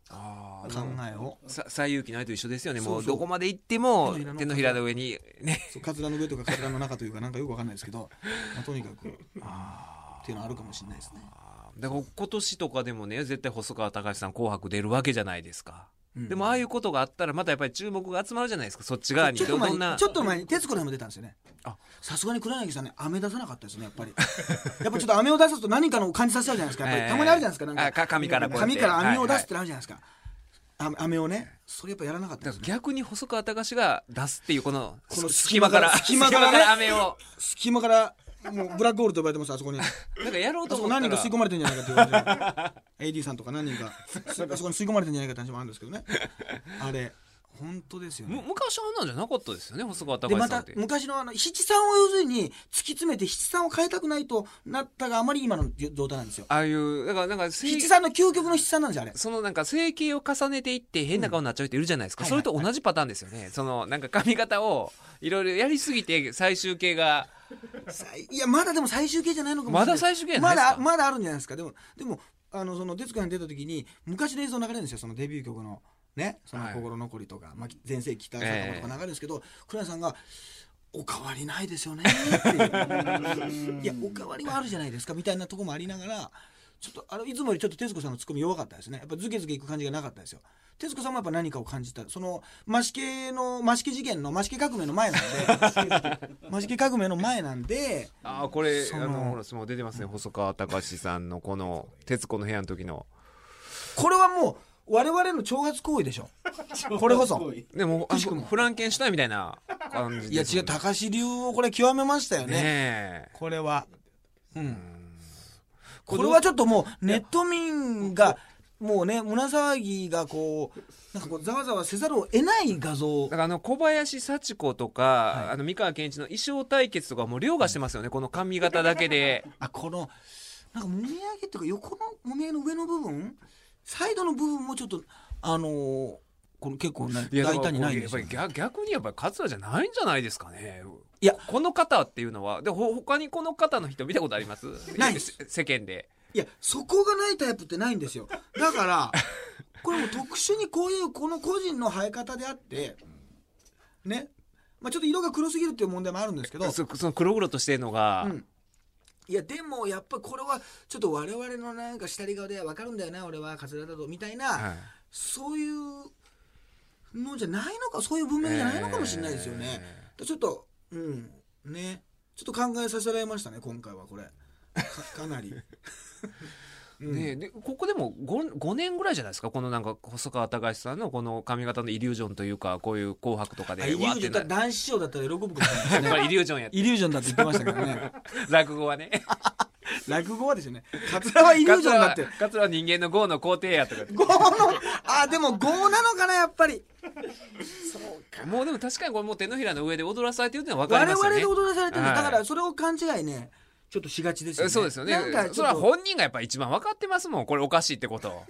あ考ーえをさ西遊記の愛と一緒ですよねもそううそうどこまで行っても手手ののひひららのの上にねそうカツラの上とかカツラの中というかなんかよくわかんないですけど、まあとにかくっていうのはあるかもしれないですねだから今年とかでもね絶対細川隆さん「紅白」出るわけじゃないですかうんでもああいうことがあったらまたやっぱり注目が集まるじゃないですかそっち側にちょっと前どんになちょっと前に徹子のも出たんですよねあさすがに黒柳さんね飴出さなかったですねやっぱり やっぱちょっと飴を出すと何かのを感じさせちゃうじゃないですかやっぱええりたまにあるじゃないですかなんあか紙からこうやって紙から飴を出すってなるじゃないですかあ飴をねそれやっぱやらなかっただでからすね逆に細川たかしが出すっていうこのこの隙間から隙間からね雨を隙間からもうブラックホールと呼ばれてますあそこにあなんかやろうとそ思こったら何人か吸い込まれてんじゃないかって言われて AD さんとか何人かすあそこに吸い込まれてんじゃないかって話もあるんですけどねあれ本当ですよねむ昔あんなんじゃなかったですよね細川たでかしまさんったて昔のあの七三を要するに突き詰めて七三を変えたくないとなったがあまり今の状態なんですよああいうだからなんかせい七三の究極の七三なんですよあれそのなんか整形を重ねていって変な顔になっちゃう人いるじゃないですか、うんそれと同じパターンですよね、そのなんか髪型をいろいろやりすぎて最終形がさいやまだでも最終形じゃないのかもしれないまだ最終形じゃないですかまだまだあるんじゃないですかでもでもあのその「徹子に出た時に昔の映像流れるんですよそのデビュー曲のね「そのはい心残り」とか「まあ、前世北坂本」とか流れるんですけど、黒谷さんが「お変わりないで すよね」っていういやお変わりはあるじゃないですか」みたいなとこもありながらちょっとあのいつもよりちょっと徹子さんのツッコミ弱かったですねやっぱズケズケいく感じがなかったですよ徹子さんもやっぱ何かを感じたその益系の益系事件の益系革命の前なんで 益系革命の前なんでああこれそあののほらもう出てますね細川たかしさんのこの「徹子の部屋」の時のこれはもう我々の挑発行為でし ょこれこそでもあフランケンシュタインみたいな感じいやです違もうんね高橋流をこれ極めましたよねねえこれはうんここれれはちょっともうネット民がもうね胸騒ぎがこうなんかこうざわざわせざるを得ない画像だからあの小林幸子とか、あの三河健一の衣装対決とかもう凌駕してますよね、この髪型だけであこのなんかもみあげっていうか横のもみあげの上の部分サイドの部分もちょっとあのーこの結構ね大胆に ないんですよやっぱり逆逆にやっぱり桂じゃないんじゃないですかねいやこの方っていうのはでほ他にこの方の人見たことありますないですせ世間でいやそこがないタイプってないんですよだからこれもう特殊にこういうこの個人の生え方であってねまあちょっと色が黒すぎるっていう問題もあるんですけどそその黒々としてるのが、うんいやでもやっぱこれはちょっと我々のなんか下り顔で分かるんだよな俺はカツラだとみたいな、はいそういうのじゃないのかそういう文面じゃないのかもしれないですよね、ちょっとうんねちょっと考えさせられましたね今回はこれかかなりうんねえでここでも 5, 5年ぐらいじゃないですかこのなんか細川隆さんのこの髪型のイリュージョンというかこういう「紅白」とかであイリュージョンだわーったってら男子賞だったら喜ぶ かもしれないですなやっぱねりイリュージョンやイリュージョンだって言ってましたからね落語はね落語はですよねカツラはイリュージョンだって桂は桂は人間の業の皇帝やとかって豪のあでも豪なのかなやっぱりもうでも確かにこれもう手のひらの上で踊らされてるってのは分か我ります々よねで踊らされてるんではいだからそれを勘違いねちょっとしがちですよえねそうですよねなんかちそょれはっと本人がやっぱ一番分かってますもんこれおかしいってことを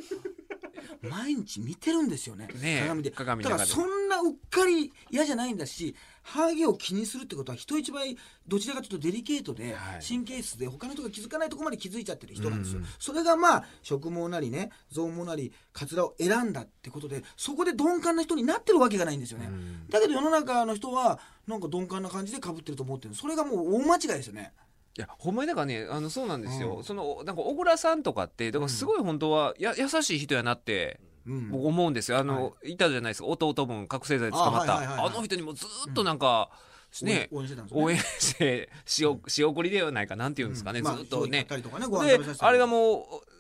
毎日見てるんですよねねえ鏡で鏡のだ中かでらそんなうっかり嫌じゃないんだしハゲを気にするってことは人一倍どちらかというとデリケートで、はい神経質で他の人が気づかないところまで気づいちゃってる人なんですよ、うんうんそれがまあ植毛なりね増毛なりカツラを選んだってことでそこで鈍感な人になってるわけがないんですよね、うんだけど世の中の人はなんか鈍感な感じでかぶってると思ってるそれがもう大間違いですよねいやほんまにだからねあのそうなんですよ、うんそのなんか小倉さんとかってだからすごい本当はや優しい人やなってうん僕思うんですよあの、い、たじゃないですか弟分覚醒剤で捕まったあ,、あはいはいはいはいの人にもずっとなんか、ね応援してたんですよね応援して仕送仕送りではないかなんていうんですかね、まあずっとね人に買ったりとかねご飯で食べさせたりとかあれがも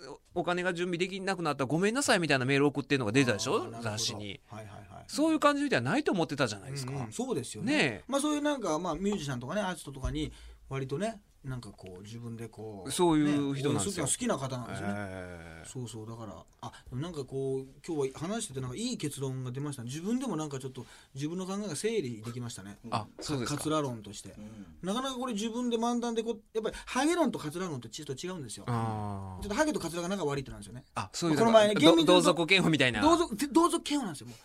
うおお金が準備できなくなったらごめんなさいみたいなメール送ってるのが出たでしあーなょるほど雑誌にはいはいはいそういう感じではないと思ってたじゃないですか、うんうんそうですよねねえまあそういうなんかまあミュージシャンとかねアーティストとかに割とねなんかこう自分でこうそういう人なんですよね応援るのが好きな方なんですよね、えそうそうだからあでもなんかこう今日は話しててなんかいい結論が出ましたね自分でもなんかちょっと自分の考えが整理できましたねーあそうですカかツラ論として、なかなかこれ自分で漫談でこうやっぱりハゲ論とカツラ論ってちょっと違うんですよちょあっーとハゲとカツラが仲悪いってなんですよねあそういうこの前ねど厳密に言うと同族嫌悪みたいな同族同族嫌悪なんですよもう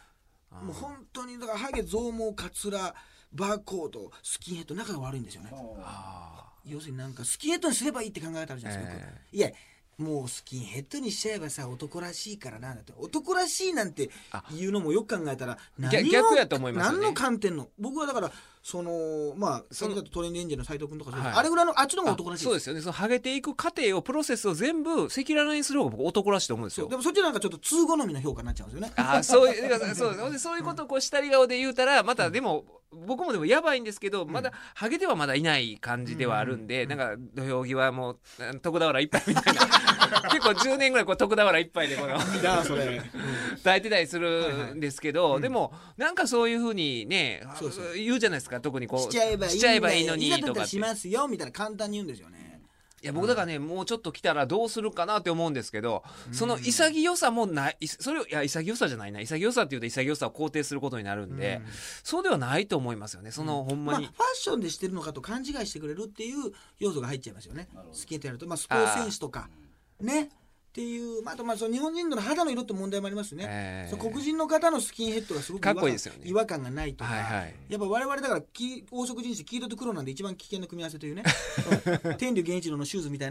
あーもう本当にだからハゲ増毛カツラバーコードスキンヘッド仲が悪いんですよねあ要するになんかスキンヘッドにすればいいって考え方あるじゃないですか、よえくいやもうスキンヘッドにしちゃえばさ男らしいからなだって男らしいなんてあ言うのもよく考えたら逆何の逆やと思いますよね何の観点の僕はだからそのまあそ先のだとトレンディエンジェルの斎藤君とかそうです、はいあれぐらいのあっちの方が男らしいそうですよねそのハゲていく過程をプロセスを全部赤裸々にする方が僕男らしいと思うんですそうよでもそっちなんかちょっと通好みの評価になっちゃう んですよねあーそういうだからそうほんでそういうことをこうしたり顔で言うたらまたでも僕もでもやばいんですけどまだハゲではまだいない感じではあるんでなんか土俵際もうあの徳田原いっぱいみたいな結構10年ぐらいこう徳田原いっぱいでこの だそれ抱いてたりすはいはるいんですけどでもなんかそういうふうにねそうそう言うじゃないですか特にこうしちゃえばいしいんだよちゃえばいいのにいざととっかたらってしいますよみたいな簡単に言うんですよねや僕だからねもうちょっと来たらどうするかなって思うんですけどその潔さもないいそれをいや潔さじゃないな潔さっていうと潔さを肯定することになるんで。うんそうではないと思いますよね。その、ほんままあ、フに。ァッションでしてるのかと勘違いしてくれるっていう要素が入っちゃいますよねスケートやると、まあ、スポーツ選手とかねっていう、まあ、あとまあその日本人の肌の色って問題もありますよね、えーその黒人の方のスキンヘッドがすごく違和かっ感こいいですよね違和感がないとか、はいはい。やっぱ我々だから黄黄色人種黄色と黒なんで一番危険な組み合わせと いうねうん天竜源一郎のシューズみたい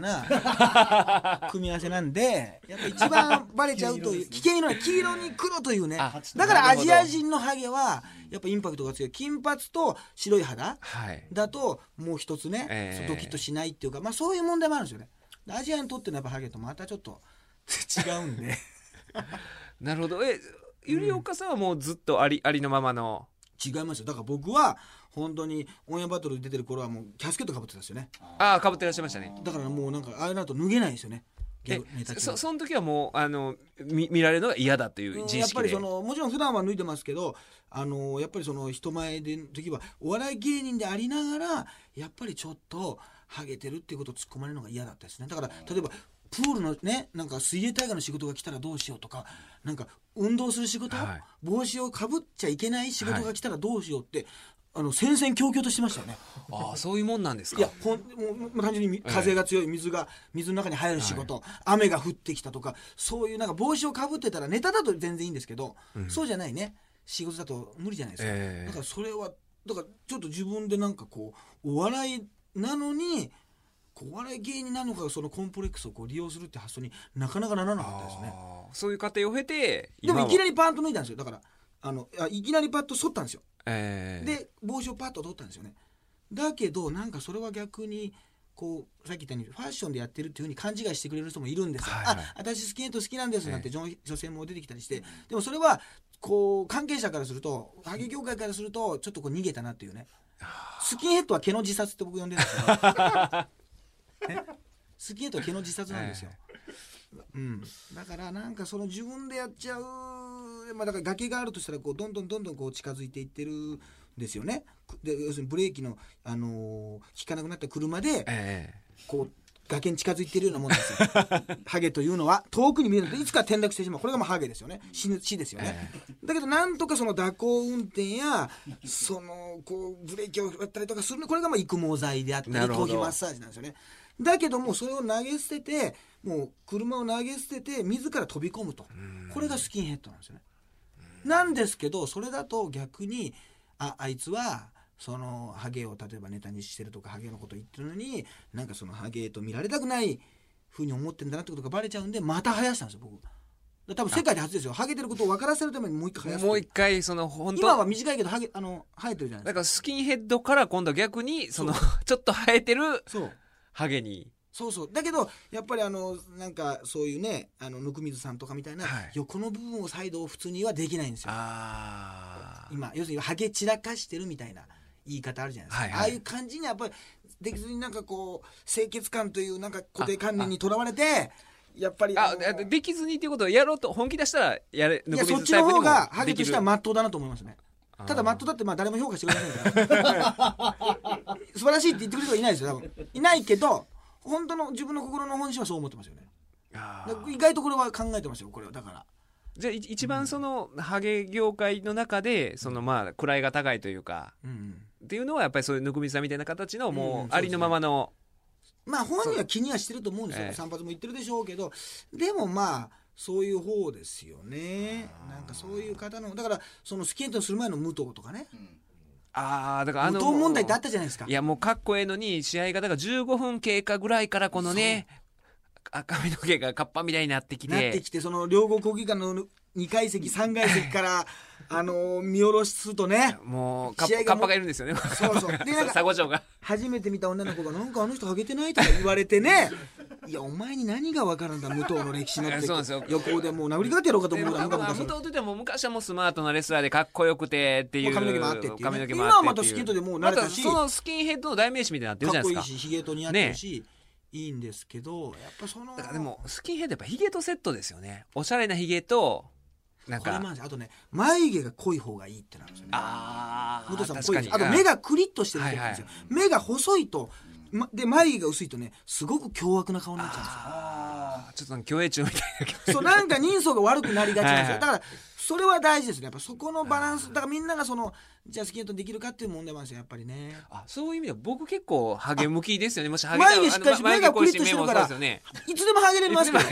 な組み合わせなんでやっぱ一番バレちゃうという危険色,、黄色に黒というねあだからなアるほジどア人のハゲはやっぱインパクトが強い金髪と白い肌はい。だともう一つね、ええドキッとしないっていうか、まあ、そういう問題もあるんですよねアジアにとってのやっぱハゲとまたちょっと 違うんで なるほど。え、ゆりおかさんはもうずっとあり、ありのままの。違いますよだから僕は本当にオンエアバトルで出てる頃はもうキャスケットかぶってたんですよねああ、かぶってらっしゃいましたね。だからもうなんかああなると脱げないですよね。え逆ネタ、中そ、その時はもう、あの、み見られるのが嫌だといううん自意識で。やっぱりそのもちろん普段は脱いでますけど、あのやっぱりその人前での時はお笑い芸人でありながらやっぱりちょっとハゲてるっていうことを突っ込まれるのが嫌だったですね。だから例えばプールのねなんか水泳大会の仕事が来たらどうしようとかなんか運動する仕事、はい帽子をかぶっちゃいけない仕事が来たらどうしようって、あの戦々恐々としてましたよね。ああ、そういうもんなんですいやか。ほんもうもう単純にみ風が強い水が水の中に入る仕事、雨が降ってきたとかそういうなんか帽子をかぶってたらネタだと全然いいんですけど、そうじゃないね仕事だと無理じゃないですか、ええだからそれはだからちょっと自分でなんかこうお笑いなのにこうお笑い芸人なのかそのコンプレックスをこう利用するって発想になかなかならなかったですねあーそういう過程を経て、でもいきなり。りパーンと脱いだんですよだからあのあいきなりパッと剃ったんですよええで帽子をパッと取ったんですよねだけどなんかそれは逆にこうさっき言ったようにファッションでやってるっていうふうに勘違いしてくれる人もいるんですよ、はいはいあ私スキンヘッド好きなんですなんて女,、女性も出てきたりしてでもそれはこう関係者からするとハゲ業界からするとちょっとこう逃げたなっていうねスキンヘッドは毛の自殺って僕呼んでるんですけど、 ねスキンヘッドは毛の自殺なんですよ、うん、だからなんかその自分でやっちゃう、まあ、だから崖があるとしたらこうどんどんどんどんこう近づいていってるんですよね。で要するにブレーキの、あのー効かなくなった車でええこう崖に近づいてるようなもんです よ。ハゲというのは遠くに見えるのでいつか転落してしまうこれがもうハゲですよね死ぬ死ですよね。だけどなんとかその蛇行運転やそのこうブレーキをやったりとかするのこれがまあ育毛剤であったりなるほど頭皮マッサージなんですよね。だけどもうそれを投げ捨ててもう車を投げ捨てて自ら飛び込むとこれがスキンヘッドなんですよね。なんですけどそれだと逆にああいつはそのハゲを例えばネタにしてるとかハゲのこと言ってるのになんかそのハゲと見られたくないふうに思ってんだなってことがバレちゃうんでまた生やしたんですよ僕。だから多分世界で初ですよハゲてることを分からせるためにもう一回生やすもう一回、その、本当今は短いけどハゲあの生えてるじゃないだでからスキンヘッドから今度は逆に、その、 ちょっと生えてるすか。そうハゲに。そうそうだけどやっぱりあのなんかそういうねあのぬくみずさんとかみたいな、はい横の部分を再度普通にはできないんですよああ。今要するにハゲ散らかしてるみたいな言い方あるじゃないですか、はいはいああいう感じにやっぱりできずになんかこう清潔感というなんか固定観念にとらわれてやっぱりああのあできずにっていうことをやろうと本気出したらやれいぬやくみそっずちタイのプに方もがハゲとできしるては真っ当だなと思いますねあーただ真っ当だってまあ誰も評価してくれませんから 素晴らしいって言ってくれる人はいないですよ多分いないけど本当の自分の心の本心はそう思ってますよねあだからー意外とこれは考えてますよこれはだからじゃあい一番そのハゲ業界の中でそのまあ位が高いというかうんうんっていうのはやっぱりそういうぬくみずさんみたいな形のうんうんそうもですうねありのままのまあ本人は気にはしてると思うんですえよ、え散髪も言ってるでしょうけど、でもまあ、そういう方ですよね、なんかそういう方の、だから、そのスキンヘッドする前の武藤とかね、ああだからあ武の藤問題ってあったじゃないですかい、やもうかっこええのに試合がだから15分経過ぐらいからこのねあ髪の毛がカッパみたいになってきて なってきて、その両国国技館の2階席、3階席から、あのー見下ろしするとねもうカ試合ッがカッパがいるんですよねそうそうでな んかサゴが初めて見た女の子が「なんかあの人ハゲてない」とか言われてね「いやお前に何が分かるんだ武藤の歴史なん てそうなんですよ横でもう殴りかかってやろうかとで思うもぐらいムカムカす武る藤とても昔はもうスマートなレスラーでかっこよくてっていうもう髪の毛もあってっていうね髪の毛もあってっていう今はまたスキンヘッドでもう慣れたしまたそのスキンヘッドの代名詞みたいになってるじかゃっないこでいすいかしヒゲと似合ってるし、いいんですけどやっぱそのだからでもスキンヘッドやっぱヒゲとセットですよねおしゃれなヒゲとなんこれかまああとね眉毛が濃い方がいいってなるんですよねあ武ー藤さんも確濃いかでにすあと目がクリッとしてる人なんですよ、は目が細いと、ま、で眉毛が薄いとねすごく凶悪な顔になっちゃうんですよあーちょっとなんか競泳中みたいなそうなんか人相が悪くなりがちなんではいはすいよだからそれは大事ですねやっぱそこのバランスだからみんながそのじゃあスケートできるかっていう問題もあるんですよやっぱりねあそういう意味では僕結構ハゲ向きですよねもしハゲたら眉毛しっかりしあの目がクリッとして眉毛濃い目るもそうかでらすよねいつでもハゲれますから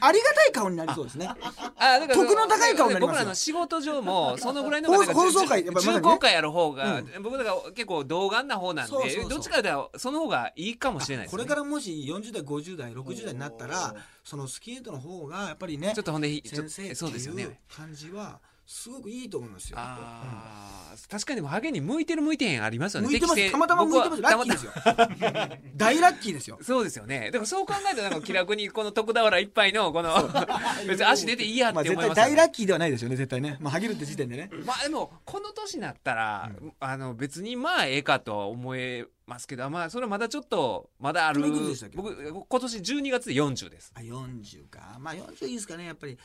ありがたい顔になりそうですねあだから得の高い顔になりますよ僕らの仕事上 もそのぐらいの方がなんか放送放送回やっぱまさに重ね厚感やる方が、僕だから結構童顔な方なんでそうそうそうどっちかではその方がいいかもしれないです、こね、れからもし40代50代60代になったらそのスケートの方がやっぱりねちょっとほんでひちょ先生ってそうですよいうね感じはすごくいいと思うんですよあー確かにでもハゲに向いてる向いてへんありますよね向いてます適性たまたま向いてます僕はラッキーですよ大ラッキーですよそうですよね。でもそう考えるとなんか気楽にこの徳俵一杯のこの 別に足出ていいやってまあ思い絶ま すよ対ね。大ラッキーではないですよね絶対ねまあハゲるって時点でねまあでもこの年になったら、あの別にまあええかとは思えますけどまあそれはまだちょっとまだあるいくつでしたっけ僕今年12月で40ですあ40かまあ40いいですかねやっぱり、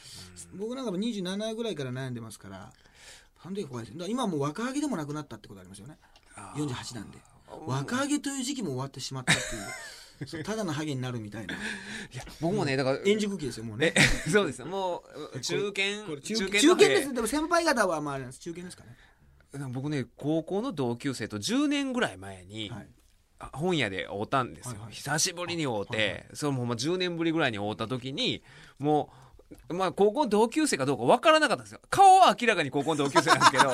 僕なんかも27ぐらいから悩んでますからなんで怖いですだから今もう若揚げでもなくなったってことありますよね48なんで若揚げという時期も終わってしまったってい うそうただのハゲになるみたいないや僕もねだから円熟期ですよもうね そうですよもう中堅これ中中堅堅の中堅ですでも先輩方はまああれなんです中堅ですかね僕ね高校の同級生と10年ぐらい前に、はいあ本屋で会うたんですよ、はいはい久しぶりに会うて、あはいそれもほんま10年ぶりぐらいに会うた時にもうまあ高校の同級生かどうかわからなかったんですよ顔は明らかに高校の同級生なんですけど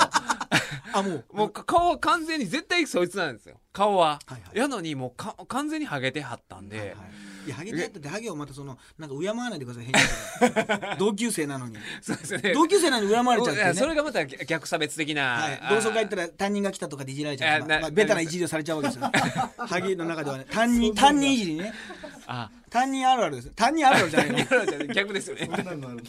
あもうもうか顔は完全に絶対そいつなんですよ顔は、はいはいやのにもうか完全にハゲてはったんで、はいはいいやハゲてやったってハゲをまたそのなんか敬わないでください変に同級生なのにそうですね同級生なのに敬われちゃうっていいやうねそれがまた逆逆差別的な、はいあ、ー同窓会行ったら担任が来たとかでいじられちゃうとあか、なまあ、ベタななりいますじりをされちゃうわけですよハゲの中ではね担任担任いじりねあ担任あるあるです担任あるあるじゃないのいやじゃあ逆ですよ ねんなのある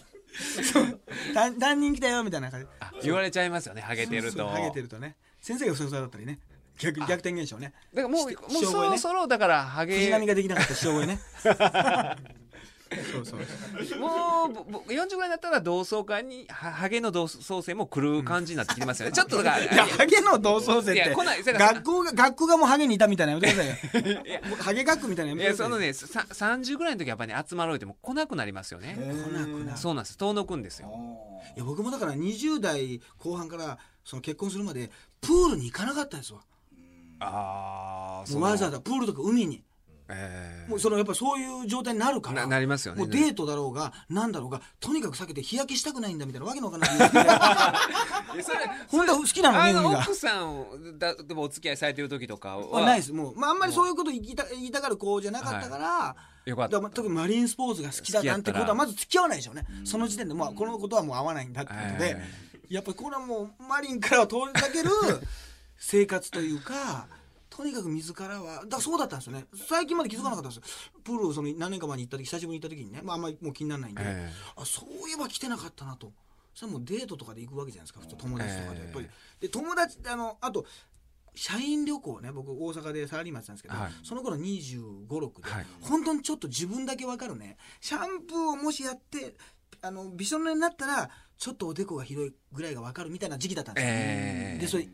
担担任来たよみたいな感じあ言われちゃいますよねハゲてるそうとハゲてるとね先生がふさふさだったりね逆逆転現象ねだからもうしもうしょうそがろねそろだからハゲ藤波ができなかった塩声ねそうそうもうぼぼ40ぐらいになったら同窓会にはハゲの同窓生も来る感じになってきてますよね、 ちょっとだからいやハゲの同窓生っいやて来ないだから学校が学校がもうハゲにいたみたいなやめてくださいよもうハゲ学区みたいなやいめてくやださそいよのねさ30ぐらいの時はやっぱり、ね、集まろうっても来なくなりますよね、来なくなるそうなんです遠のくんですよいや僕もだから20代後半からその結婚するまでプールに行かなかったですわああもうわざわざプールとか海にえもうそのやっぱそういう状態になるからななりますよねもうデートだろうがなんだろうがとにかく避けて日焼けしたくないんだみたいなわけのわかんない えそれ本当好きなのあねの海が奥さんだでもお付き合いされてる時とかまはあないですもう、まあ、あんまりそういうこと言いた言いたがる子じゃなかったから,、よかっただから特にマリンスポーツが好きだなんてことはまず付き合わないでしょうねその時点でもうこのことはもう合わないんだってことで、はいやっぱりこれはもうマリンからは遠ざ ける生活というかとにかく水からはだからそうだったんですよね最近まで気づかなかったんですよプールをその何年か前に行った時久しぶりに行った時にね、まあ、あんまりもう気にならないんで、えあそういえば来てなかったなとそれはもうデートとかで行くわけじゃないですか普通友達とかでやっぱり、で友達ってあのあと社員旅行ね僕大阪でサラリーマンやってたんですけど、はいその頃2 5 6で、はい本当にちょっと自分だけ分かるねシャンプーをもしやってあのびしょ濡れになったらちょっとおでこが広いぐらいが分かるみたいな時期だったんですよ、ええでそれ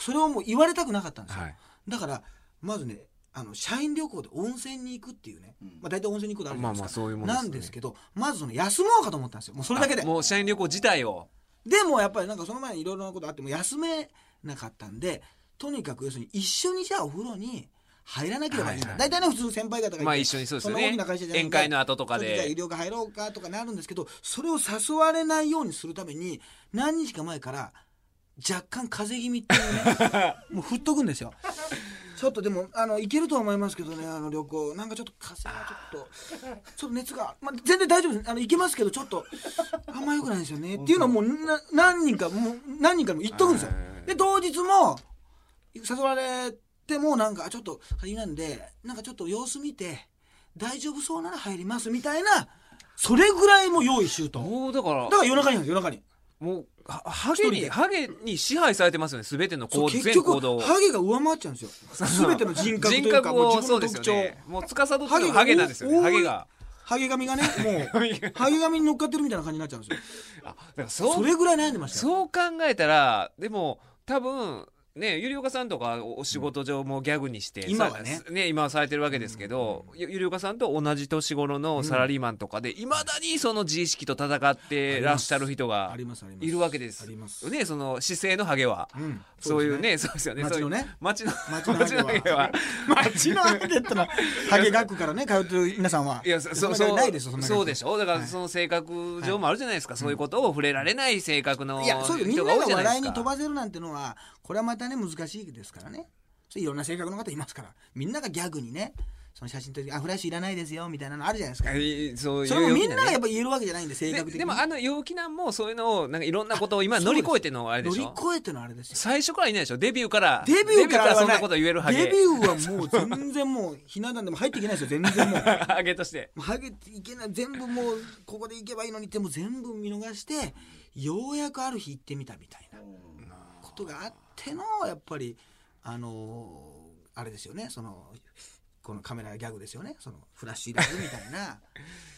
それをもう言われたくなかったんですよ、はいだからまずねあの社員旅行で温泉に行くっていうね、まあ、大体温泉に行くことあるじゃないですか、まあまあそういうもんですよねなんですけどまずその休もうかと思ったんですよもうそれだけであもう社員旅行自体をでもやっぱりなんかその前にいろいろなことあっても休めなかったんでとにかく要するに一緒にじゃあお風呂に入らなければいいんだ、はいはい大体ね普通先輩方がいてまあ一緒にそうですよんなね大きな会社じゃない宴会の後とかちょっじゃあ医で療が入ろうかとかなるんですけどそれを誘われないようにするために何 日か前から若干風邪気味っていうねもう振っとくんですよちょっとでもあの行けるとは思いますけどねあの旅行なんかちょっと風邪がちょっとちょっと熱が、まあ、全然大丈夫ですあの行けますけどちょっとあんま良くないんですよねっていうのはもうな何人かもう何人かにも言っとくんですよはいで当日も誘われてもなんかちょっと入りなんでなんかちょっと様子見て大丈夫そうなら入りますみたいなそれぐらいも用意周到もうだからだから夜中になんです夜中にもうはハゲ一人にでハゲに支配されてますよね全てのそう行結全行局動ハゲが上回っちゃうんですよ全ての人格というかもうを自そう分でのすよ特徴ねもう司ってハゲるがハゲなんですよね多いハゲがハゲ髪がねもう ハゲ髪に乗っかってるみたいな感じになっちゃうんですあだからよそそうれぐらい悩んでましたよそう考えたらでも多分ねゆりおかさんとかおお仕事上もギャグにして、今はねさ今はされてるわけですけど、ゆゆりおかさんと同じ年頃のサラリーマンとかでいま、未だにその自意識と戦ってらっしゃる人がありますありますいるわけですあよりますねその姿勢のハゲは、うんそういう ねそうですよね街のねそういう街街ののハゲは街のハゲは 街のハゲってのはハゲ学区からね通ってる皆さんはいやそそんうなそうないですよそんな学区そうでしょだからその性格上もあるじゃないですか、そういうことを触れられない性格のい人がやそ多うですいみじんゃなないが笑いですに飛かばせるなんてのはこれはまたね難しいですからねそういろんな性格の方いますからみんながギャグにねその写真撮りあフラッシュいらないですよみたいなのあるじゃないですかはいそういうそれもみんよなうがねやっぱ言えるわけじゃないんで性で格的にでもあの陽気なんもそういうのをなんかいろんなことを今乗り越えてのあれで乗しりょ越えてのあれですよ最初からいないでしょデビューからデビューからはデビそんなこと言えるハゲデビューはもう全然もうひな壇でも入っていけないですよ全然もうハゲとしてもうハゲていけない全部もうここで行けばいいのにってもう全部見逃してようやくある日行ってみたみたいなことがあってのやっぱりあのーあれですよねそのこのカメラギャグですよねそのフラッシュ入れるみた いな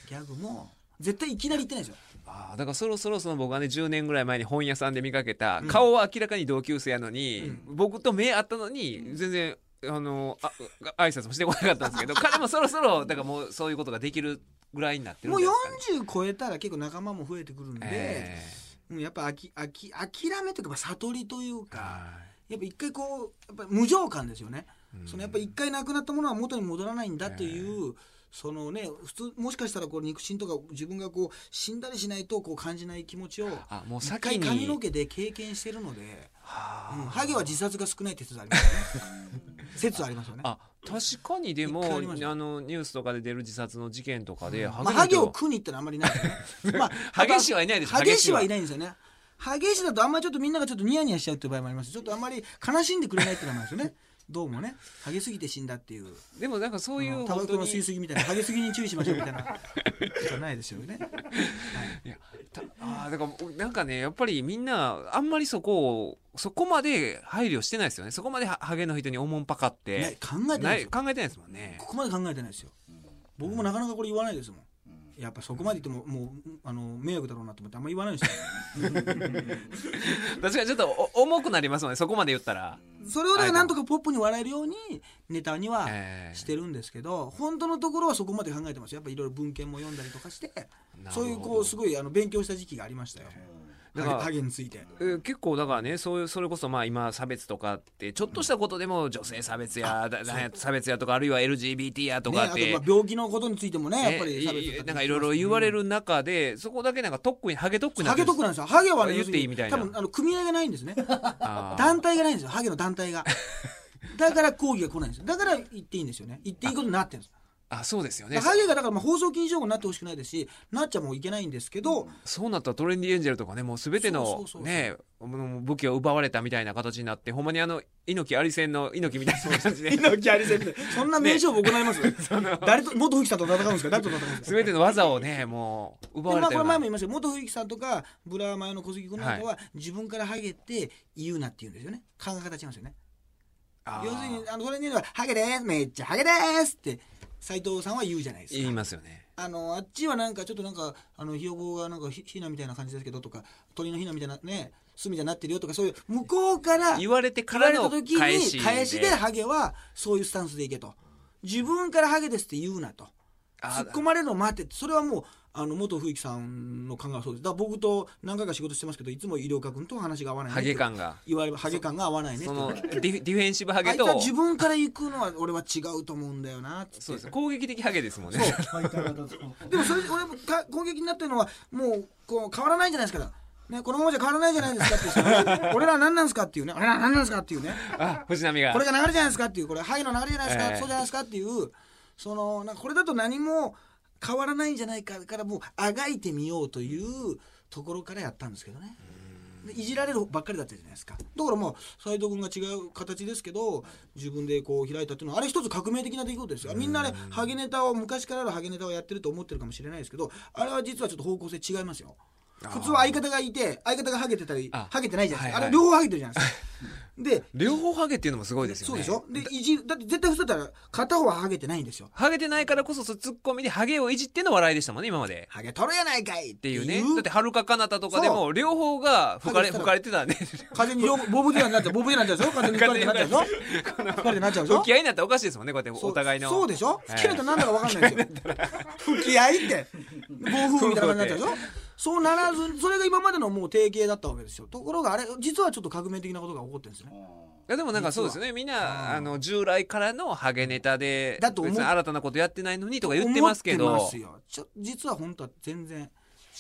ギャグも絶対いきなり言ってないですよああだからそろそろその僕がね10年ぐらい前に本屋さんで見かけた、顔は明らかに同級生やのに、僕と目合ったのに全然あのああ挨拶もしてこなかったんですけ ど彼もそろそろだからもうそういうことができるぐらいになってるんもうですかね40超えたら結構仲間も増えてくるんで、えうんやっぱあきあき諦めというかまあ悟りというえかやっぱ一回こうやっぱ無情感ですよね、うんそのやっぱ一回なくなったものは元に戻らないんだという、そのね普通もしかしたらこう肉親とか自分がこう死んだりしないとこう感じない気持ちをあもう一先回髪のに毛で経験してるので、はあうんハゲは自殺が少ないって説ありま すよね説ありますよねあ確かにでも一回あありましたのニュースとかで出る自殺の事件とかで、ハまあ、ハゲを食うに行ったらあんまりいないです ねまあハゲ氏はいないでしょハゲ氏はハゲ氏はいないんですよねハゲ氏だとあんまりちょっとみんながちょっとニヤニヤしちゃうっていう場合もありますちょっとあんまり悲しんでくれないっていうのもあるんですよねどうもねハゲすぎて死んだっていうでもなんかそういうタバ本コ当のに吸いすぎみたいなハゲすぎに注意しましょうみたいなことはないですよねいやたあーだからなんかねやっぱりみんなあんまりそこをそこまで配慮してないですよねそこまでハハゲの人におもんぱかってね考えてなないでいすよ考えてないですもんねここまで考えてないですよ僕もなかなかこれ言わないですもんやっぱそこまで言ってももうあの迷惑だろうなと思ってあんま言わないようにして確かにちょっとお重くなりますもんねそこまで言ったら、るそれをだからなんとかポップに笑えるようにネタには、えーしてるんですけど本当のところはそこまで考えてますやっぱいろいろ文献も読んだりとかしてほどそういうこうすごいあの勉強した時期がありましたよだからハゲハゲについてえー結構だからねそういうそれこそまあ今差別とかってちょっとしたことでも女性差別やだなんや差別やとかあるいは LGBT やとね、かあっとて、まあ病気のことについてもねやっぱり差別ねといなんかいろいろ言われる中で、そこだけなんか特にハゲ特になハってゲるん特です区なんですよハゲはね言っていいみたいな多分あの組合がないんですね あー団体がないんですよハゲの団 体がだから抗議が来ないんですよだから言っていいんですよね言っていいことになってるんですあそうですよねだからハゲがだからまあ放送禁止用語になってほしくないですしなっちゃもういけないんですけど、 そうなったらトレンディエンジェルとかねもう全てそうそのうそうそうねもう武器を奪われたみたいな形になってほんまにあの猪木ありせんの猪木みたいな感じで 猪木有先生そんな名称を行います、 誰と元冬木さんと戦うんですか誰と戦うんですか全ての技をねもう奪わでまれたあ、こようれ前なも言いましたけど元冬木さんとかブラーマヨの小杉君なんかは、自分からハゲて言うなって言うんですよね考え方違いますよねあー要するにあのそれに言うのは「ハゲですめっちゃハゲです」って斎藤さんは言うじゃないです言いかますよねあのあっちはなんかちょっとなんかあのひよこがなんかひひなみたいな感じですけどとか鳥のひなみたいなね巣みたいになってるよとかそういう向こうから言われてか言らわれたの時返しに返しでハゲはそういうスタンスでいけと自分からハゲですって言うなとあ突っ込まれるのを待てってそれはもうあの元冬木さんの考えはそうですだから僕と何回か仕事してますけどいつも医療科君と話が合わないねハゲ感が言われハゲ感が合わないねそって のディディフェンシブハあゲいつはと自分から行くのは俺は違うと思うんだよなってそうです攻撃的ハゲですもんねでもそれ俺もか攻撃になってるのはもうこう変わらないんじゃないですかね、このままじゃ変わらないじゃないですかっていうその俺ら何なんですかっていうね俺ら何なんですかっていうね あ藤波がこれが流れじゃないですかっていうこれはいの流れじゃないですか、ええそうじゃないですかっていうそのなんかこれだと何も変わらないんじゃないかからもうあがいてみようというところからやったんですけどね。でいじられるばっかりだったじゃないですかだからまあ斎藤君が違う形ですけど自分でこう開いたっていうのはあれ一つ革命的な出来事ですよみんなあれハゲネタを昔からあるハゲネタをやってると思ってるかもしれないですけどあれは実はちょっと方向性違いますよ普通は相方がいて相方がハゲてたりあハゲてないじゃないですか、はいはいあれ両方ハゲてるじゃない ですかで両方ハゲっていうのもすごいですよねそうでしょでいじだって絶対普通だったら片方はハゲてないんですよハゲてないからこそそうツッコミでハゲをいじっての笑いでしたもんね今までハゲとるやないかいっってていいううねだってはるか彼方とかでそも両方が吹かれ吹ハゲしたらかれてたんで 風に両ボブディランになっちゃうボブディランになっちゃうでしょ風に光になっちゃうでしょ光になっちゃうでしょ吹き合いになったらおかしいですもんねこうやってそうお互いのそうでしょええ吹き合いと何だか分かんないですよ吹き合いって暴風みたいな感じになっちゃうでしょそうならずそれが今までのもう定型だったわけですよところがあれ実はちょっと革命的なことが起こってるんですねいやでもなんかそうですよねみんなあの従来からのハゲネタでだと思う別に新たなことやってないのにとか言ってますけど思ってますよちょ実は本当は全然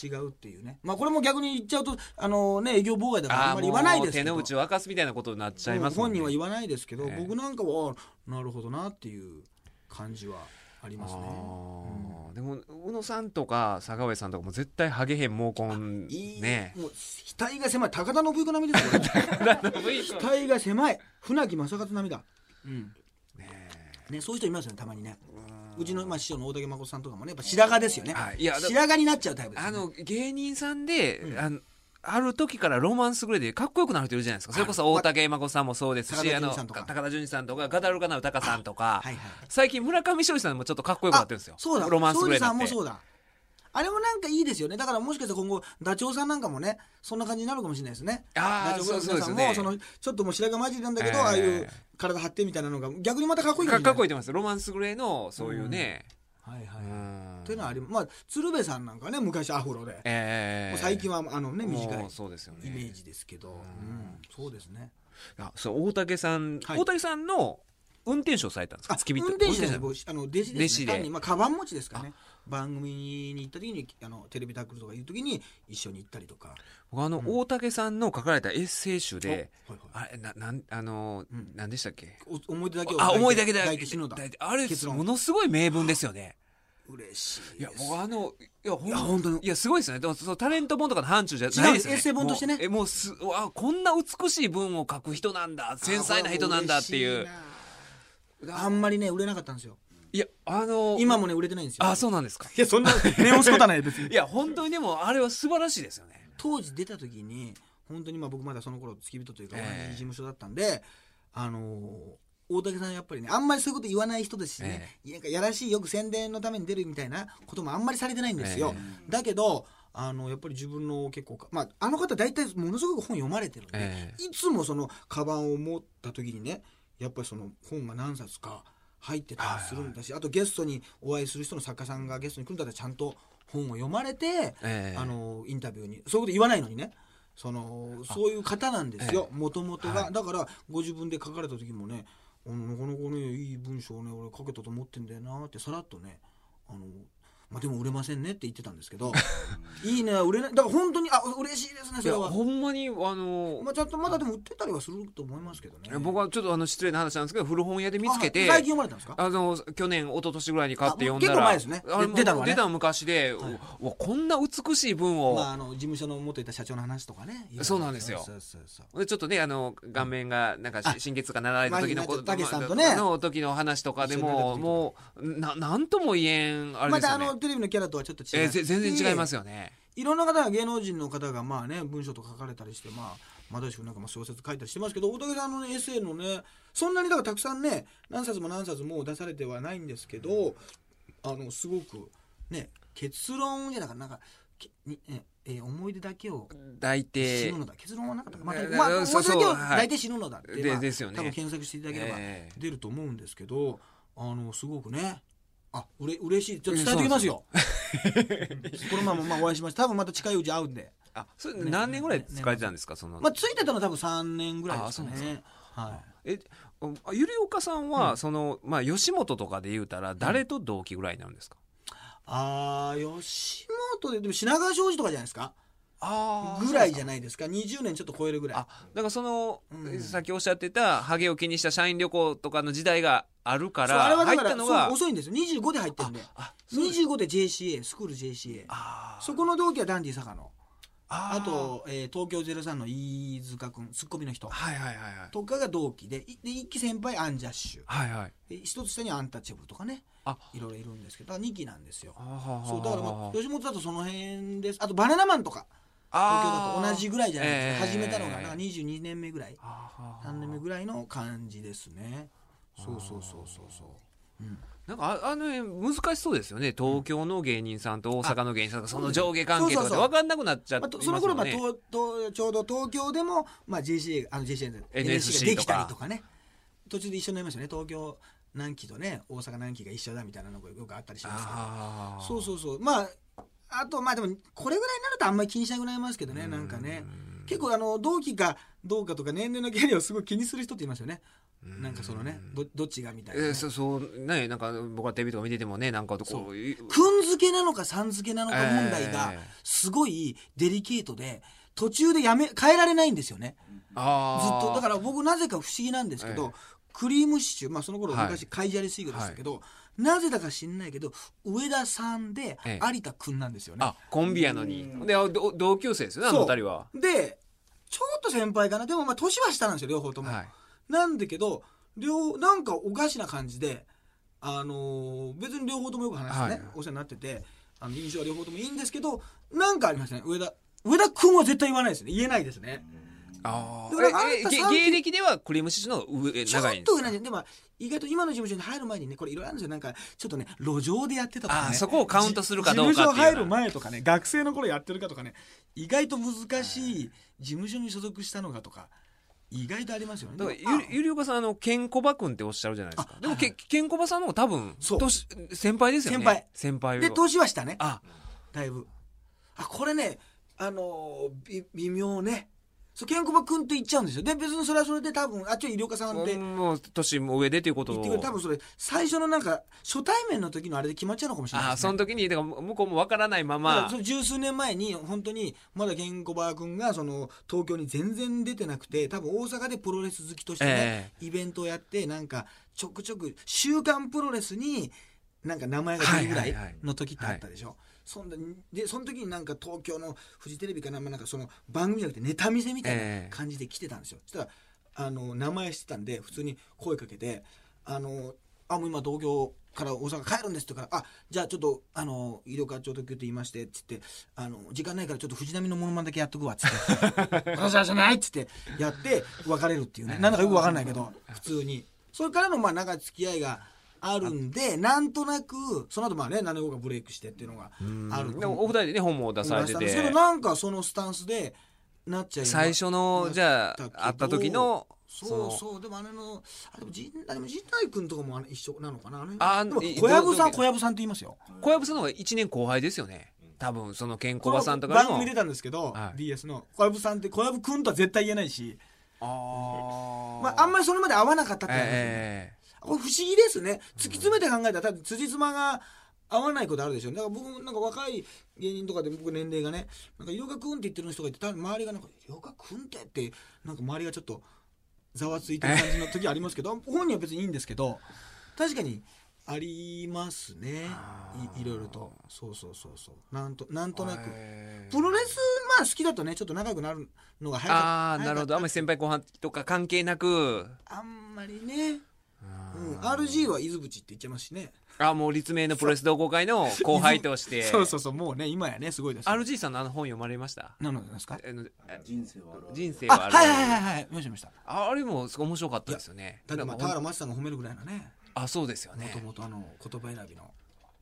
違うっていうねまあこれも逆に言っちゃうとあのね営業妨害だからああんあまもりう言わないです手けどの内を明かすみたいなことになっちゃいますもん本ね人は言わないですけど、ええ僕なんかはあなるほどなっていう感じはありますねあーでも宇野さんとか坂上さんとかも絶対ハゲへん毛根いいねもう額が狭い高田信彦並みですよ 額が狭い船木正和並みだうんね、そういう人いますよねたまにねうちの、まあ、師匠の大竹誠さんとかもねやっぱ白髪ですよね、はいいやだ白髪になっちゃうタイプですあよね、の芸人さんで、あのある時からロマンスぐらいでかっこよくなる人いるじゃないですかそれこそ大竹まこさんもそうですし高田あの純次さんとか高田純次さんとかガダルカナウタカさんとか、はいはい最近村上庄司さんもちょっとかっこよくなってるんですよそうだロマンスぐらい庄司になっさんてもそうだあれもなんかいいですよねだからもしかしたら今後ダチョウさんなんかもねそんな感じになるかもしれないですねあーダチョウさんもそうそうそですねのちょっともう白髪混じりなんだけど、えーああいう体張ってみたいなのが逆にまたかっこいいかかっこいいいと思いますロマンスぐらいのそういうね、はいはうい、んというのはありまあ鶴瓶さんなんかね昔アフロで、ええもう最近はあのね短もいうそうですよねイメージですけど、うんそうですねあそう大竹さん、はい大竹さんの運転手をされたんですかあ付き人運転手です運僕あの弟子弟子ですでね単にまあカバン持ちですかね番組に行った時にあのテレビタックルとかいう時に一緒に行ったりとか僕あの、大竹さんの書かれたエッセイ集で、おはいはいあれななんあの、んなんでしたっけお思い出だけをあ抱て思いだけだ抱いて死ぬんだ抱いてあれ結論ものすごい名文ですよね嬉しいいやです僕あのいやほんいや本当にいやすごいですねでもそのタレント本とかの範疇じゃないですよね違うんですエッセイ本としてねもうえもうすうわこんな美しい文を書く人なんだ繊細な人なんだっていうああんまりね売れなかったんですよいやあの今もね売れてないんですよあそうなんですかいやそんな念押すことはない別にいや本当にでもあれは素晴らしいですよね当時出た時に本当にまあ僕まだその頃付き人というかえ同えじ事務所だったんで、あのー大竹さんやっぱりねあんまりそういうこと言わない人ですしね、なんかやらしいよく宣伝のために出るみたいなこともあんまりされてないんですよ、えだけどあのやっぱり自分の結構、まあ、あの方大体ものすごく本読まれてるんで、えいつもそのカバンを持った時にねやっぱりその本が何冊か入ってたりするんだし、あとゲストにお会いする人の作家さんがゲストに来るんだったらちゃんと本を読まれて、ええあのインタビューにそういうこと言わないのにねそのそういう方なんですよもともとが、だからご自分で書かれた時もね「あのなかなかねいい文章をね俺書けたと思ってんだよな」ってさらっとねあのまあ、でも売れませんねって言ってたんですけ どいいね売れないだから本当にあ嬉しいですねいそれやはほんまにあのまあ、ちゃんとまだでも売ってたりはすると思いますけどね。僕はちょっとあの失礼な話なんですけど古本屋で見つけてあ最近読まれたんですか。あの去年一昨年ぐらいに買ってあ読もんうだら結構前ですねあれもう出たのはね出た昔で、うわこんな美しい文を、まあ、あの事務所の元いた社長の話とかね。そうなんですよそうそうそうでちょっとねあの顔面がなんかし心血がなられた時のこと麻痺になっちゃったたけしさんとねの時の話とかでも一緒にもうななんとも言えんあれまですよたあね、のテレビのキャラとはちょっと違う、えーぜ全然違いますよよねいろんな方が芸能人の方がまあね文章とか書かれたりしてまあまだしくなんかまあ小説書いたりしてますけど大竹さんの、ね、エッセイのねそんなにだからたくさんね何冊も何冊も出されてはないんですけど、あのすごくね結論じゃなくなんかけにええー思い出だけを大抵死ぬのだ結論はなかったか、まあえーまあ、うん思いそう出そうだけははい大体死ぬのだって、でまあですよね多分検索していただければええ出ると思うんですけど、あのすごくねあうれ嬉しいちょっと伝えておきますよこのまままあお会いしました多分また近いうち会うんで、あそれ何年ぐらい使えてたんですかその、まあ、ついてたの多分3年ぐらいですかあそうねはえあゆりおかさんは、そのまあ吉本とかで言うたら誰と同期ぐらいになるんですか、いあー吉本ででも品川庄司とかじゃないですかあーぐらいじゃないですか20年ちょっと超えるぐらいあだからその、うんさっきおっしゃってたハゲを気にした社員旅行とかの時代があるかそうあれらは入だっかたらのそうが遅いんですよ25で入ってるんであそうです25で JCA スクール JCA あーそこの同期はダンディ坂野あーあと、えー東京03の飯塚君ツッコミの人はいはいはいはいとかが同期でいで1期先輩アンジャッシュはいはいで一つ下にアンタッチャブルとかねあいろいろいるんですけどだから2期なんですよあそうだから、まあ、東吉本だとその辺ですあとバナナマンとか東京だと同じぐらいじゃないですか、始めたのがなんか22年目ぐらい3年目ぐらいの感じですねそうそうそうそうそう、うん、なんかああの辺難しそうですよね東京の芸人さんと大阪の芸人さんがその上下関係とかそでうそうそう分かんなくなっちゃってまあますよねとその頃は、まあ、ととちょうど東京でも、まあ、JCA あの JCA で NSC ができたりとかね途中で一緒になりましたね東京何期とね大阪何期が一緒だみたいなのがよくあったりしますけどあーそうそうそうまああとまあでもこれぐらいになるとあんまり気にしなくなりますけどねなんかね結構あの同期がどうかとか年齢のキャリアをすごい気にする人っていますよねなんかそのねどどっちがみたいなね、えーそうそうねなんか僕はテレビとか見ててもねなんかこういくんづけなのかさんづけなのか問題がええすごいデリケートで途中でやめ変えられないんですよねずあっーとだから僕なぜか不思議なんですけど、クリームシチュー、まあ、その頃はい昔カイジャリ水魚でしたけど、なぜだか知んないけど上田さんでええ有田君なんですよね、あコンビやのにであど同級生ですよねあのそう二人はでちょっと先輩かなでもまあ年は下なんですよ両方とも、はいなんだけど両方なんかおかしな感じで、あのー別に両方ともよく話してね、はいお世話になっててあの印象は両方ともいいんですけどなんかありましたね上田上田君は絶対言わないですね言えないですねあだからあえあんたげさん芸歴ではクリームシチューの方が上ちょっ長いんでとす上なんででも意外と今の事務所に入る前にねこれいろいろあるんですよなんかちょっとね路上でやってたとか、ね、あーそこをカウントするかどうかっていう事務所入る前とかね学生の頃やってるかとかね意外と難しい事務所に所属したのかとか意外とありますよねだからでもあゆゆりおかさんあのケンコバ君っておっしゃるじゃないですかあでもはいはけケンコバさんの方が多分そう年先輩ですよね先輩先輩をで年はしたねあだいぶあこれねあのーび微妙ねそうケンコバ君って言っちゃうんですよで別にそれはそれで多分あっちは医療家さんってもう年も上でということ言をってくれ多分それ最初のなんか初対面の時のあれで決まっちゃうのかもしれないあでーす、ね、その時にだから向こうもわからないまだかまらその十数年前に本当にまだケンコバ君がその東京に全然出てなくて多分大阪でプロレス好きとしてね、イベントをやってなんかちょくちょく「週刊プロレス」になんか名前が出るぐらはいいはいはいの時ってあったでしょ。そんででその時になんか東京のフジテレビかな,、まあなんかその番組じゃなくてネタ見せみたいな感じで来てたんですよ。そしたらあの名前してたんで普通に声かけて「あのあもう今東京から大阪帰るんです」って言うから「あじゃあちょっとあの医療課長特急って言いまして」っつってあの「時間ないからちょっと藤波のものまねだけやっとくわ」っ つって「私はじゃない」っつってやって別れるっていうねなんだかよく分かんないけど普通にそれからのまあ長い付き合いがあるんでなんとなくその後まあね7号がブレイクしてっていうのがあるでもお二人でね本も出されてんですてけどなんかそのスタンスでなっちゃいま最初のじゃあだけど会った時のそうそのそうでもあれのあでも陣でも陣内君とかもあの一緒なのかなあの辺あでもい小籔さどんう小籔さんって言いますよ小籔さんの方が1年後輩ですよね多分そのケンコバさんとかこのの番組出たんですけど、はい BS の小籔さんって小籔君とは絶対言えないしあ、まあ、あんまりそれまで合わなかったって、ええこれ不思議ですね突き詰めて考えたら多分辻褄が合わないことあるでしょうねだから僕なんか若い芸人とかで僕年齢がね「なんか井岡君」って言ってる人がいて多分周りがなんか「井岡君って」ってなんか周りがちょっとざわついてる感じの時ありますけど本人は別にいいんですけど確かにありますねいいろいろとそうそうそうそうなんとなんとなく。えプロレスまあ好きだとねちょっと仲良くなるのが早かああなるほどあんまり早先輩後輩とか関係なくかったあんまりね、うあん、RG は伊豆淵って言っちゃいますしねーもう立命のプロレス同好会の後輩として そうそうそうもうね今やねすごいです RG さんのあの本読まれましたなのですかあの人生は人生あはあるはいはいはいはい見ました見ましたああれもすごい面白かったですよねだってまあな田んか原町さんが褒めるぐらいのねあそうですよもねともとあの言葉選びの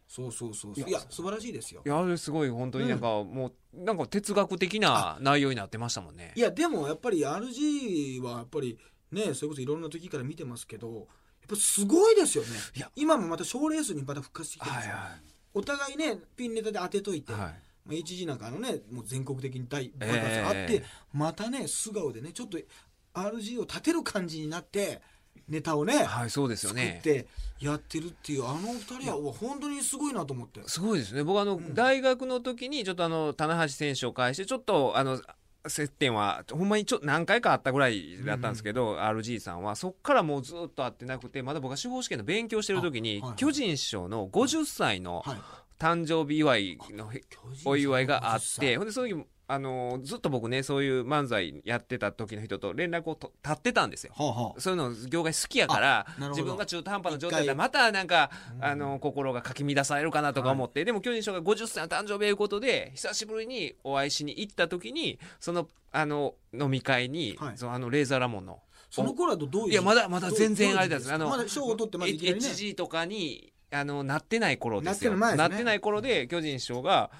そうそうそうそういや素晴らしいですよいやあれすごい本当になんか、もうなんか哲学的な内容になってましたもんねいやでもやっぱり RG はやっぱりねそれこそいろんな時から見てますけどやっぱすごいですよねいや今もまた賞レースにまた復活してきてるんはいですよ、はお互いねピンネタで当てといて、いはいまあ、HG なんかあのねもう全国的に大爆え発えがあって、またね素顔でねちょっと RG を立てる感じになってネタをね、はいそうですよ作ねってやってるっていうあのお二人はうわ本当にすごいなと思ってすごいですね僕あの、大学の時にちょっとあの棚橋選手を介してちょっとあの接点はほんまにちょ何回かあったぐらいだったんですけど、RG さんはそっからもうずっと会ってなくてまだ僕が司法試験の勉強してる時に、あはいはい巨人師匠の50歳のはい誕生日祝いのへ巨人さんお祝いがあっ50て歳ほんでその時もあのずっと僕ねそういう漫才やってた時の人と連絡をと立ってたんですよ。はあはあそういうの業界好きやからあなるほど自分が中途半端な状態一で回またなんか、あの心がかき乱されるかなとか思って、でも巨人師匠が50歳の誕生日いうことで久しぶりにお会いしに行った時にそのあの飲み会に、はいそのあのレーザーラモンのその頃だとどういういやまだまだ全然あれだどすういう時あのまだ賞を取ってまだいきなりね HG とかにあのなってない頃ですよなってる前ですねなってない頃で巨人師匠が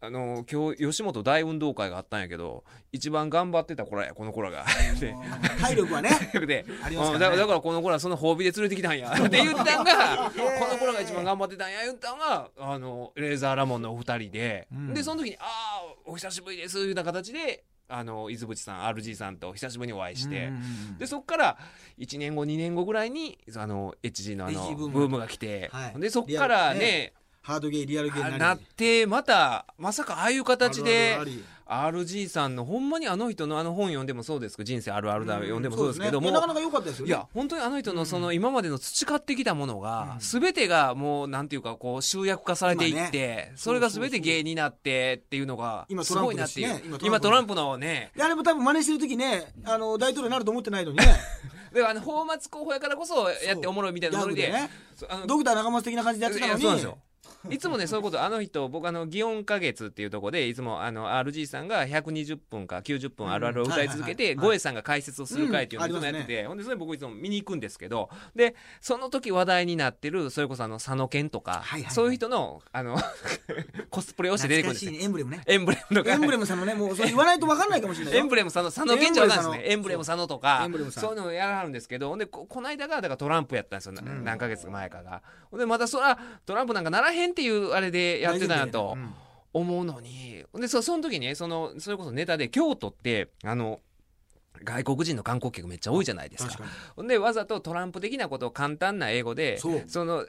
あの今日吉本大運動会があったんやけど一番頑張ってた子らやこの子らが で体力はね でありますうんからねだだからこの子らその褒美で連れてきた んやって言ったんがこの子らが一番頑張ってたんや言ったんがあのレーザーラモンのお二人で、うんでその時に「ああお久しぶりです」いうような形であの伊豆淵さん RG さんと久しぶりにお会いして。うんうんうんでそこから1年後2年後ぐらいにあの HG のあの HG ブブーームムが来て、はいでそこからねハードゲイリアルゲイあにななっりてまたまさかああいう形であるあるあり RG さんのほんまにあの人のあの本読んでもそうですけど人生あるあるだ読んでもそうですけども、ねいやなかなか良かったですよいねや本当にあの人のその今までの培ってきたものが全てがもうなんていうかこう集約化されていまっあてそれが全て芸になってっていうのが今すトランごいプなでってすいねう今今トトラランプのねであれも多分真似してる時ねあの大統領になると思ってないの にねだからあの泡沫候補やからこそやっておもろいみたいなギノリャグででねそうあのドクター中松的な感じでやってたのいにそうなんですよいつもねそういうことあの人僕あの祇園花月っていうとこでいつもあの RG さんが120分か90分あるあるを歌い続けうんてはいはいはいゴエさんが解説をする会っていうのをいうつんもやっありてますてほんでそれ僕いつも見に行くんですけどでその時話題になってるそれこそあの佐野健とかはいはいはいそういう人のあ のコスプレをして出てくるん懐でかすよしいエンブ レムねエンブレムとかエンブレムさんのねもうそれ言わないと分かんないかもしれないよエンブレム佐野佐野健じゃないですねエエンンブブレレムム佐野とかエンブレムさんそういうのをやらはるんですけどほんでここの間がだからトランプやったんですよ、な何ヶ月前かがほんでまたそらトランプなんかならへんっていうあれでやってたなとうん思うのにほんでそその時ねそのそれこそネタで京都ってあの外国人の観光客めっちゃ多いじゃないですか確かにほんでわざとトランプ的なことを簡単な英語でそうの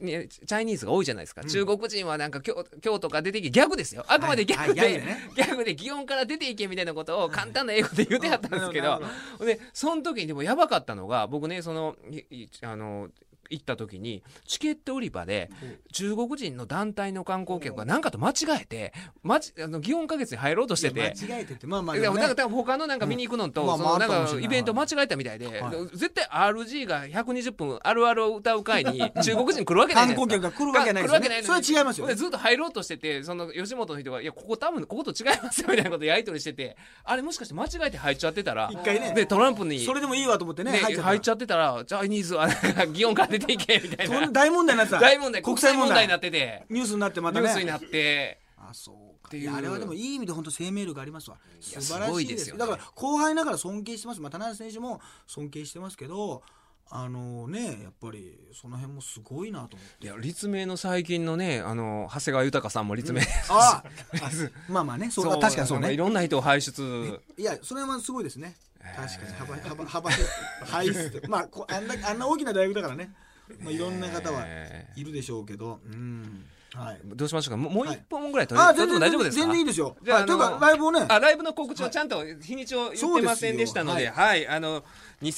ねチャイニーズが多いじゃないですか、ん中国人はなんか京京都から出てきてギャグですよあくまでギャグで、はいはいギャグでねギャグで擬音から出ていけみたいなことを簡単な英語で言うてやったんですけなどるほどなるほんでその時にでもやばかったのが僕ねそのいいあの行った時にチケット売り場で中国人の団体の観光客が何かと間違えてまちあの祇園花月に入ろうとしていやて。間違えてってまあまあでもなんかね多分他のなんか見に行くのと、うんまあそまあのあるなんかもしれかないイベント間違えたみたいで、はい絶対 RG が120分あるあるを歌う会に中国人来るわけない観じゃないですか。光客が来るわけないですよねそのれには違いますよほんでずっと入ろうとしててその吉本の人が「いやここ多分ここと違いますよ」みたいなことやり取りしててあれもしかして間違えて入っちゃってたら一回ねでトランプにそれでもいいわと思ってねね入っちゃった入っちゃってたら「チャイニーズは 祇園から出ていけ」みたいそんなな大問題になってた大問題国際問題になっててニュースになってまニたュねースになって。あそうかていういやあれはでもいい意味で本当生命力ありますわや素晴らすごしいいでですすよよねだから後輩ながら尊敬してますまあ田中選手も尊敬してますけどあのねやっぱりその辺もすごいなと思っていや立命の最近のねあの長谷川豊さんも立命、ああまあまあねそうそう確かにそうなんいねろんな人を輩出いやその辺はすごいですね確かに幅幅幅はいまあこあんなあんな大きな大学だからねまあいろんな方はいるでしょうけどうんはいどうしましょうかもうもうはい一本ぐらい取り、あ取全っても然大丈夫ですか全然いいですよじゃあはいというあかのライブをねあライブの告知をちゃんと日にちを言ってませんでしたので、はい、あの、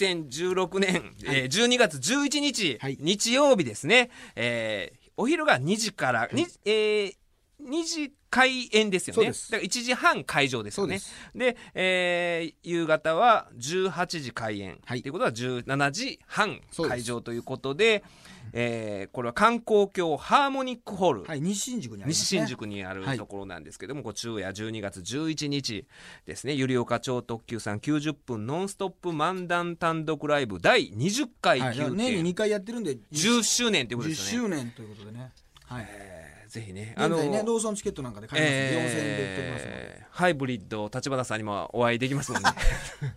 2016年、えー12月11日、はい日曜日ですね、えーお昼が2時から、にえー2時開演ですよそうね。だでかすら1時半会場ですよねそ。でえー夕方は18時開演。はいということは17時半そうです会場ということで、えーこれは観光協ハーモニックホール。はい西新宿にあります西ね新宿にあるはいところなんですけども、こう昼夜12月11日ですね、ゆりおか町特急さん90分ノンストップ漫談単独ライブ第20回はい、休年に憩2回やってるんで10周年ということ10ですよね。周年ということでね、はい、えーぜひね、現在ねローソンチケットなんかで買えますんで、4000円で売っておりますのでえーハイブリッド立花さんにもお会いできますもんね。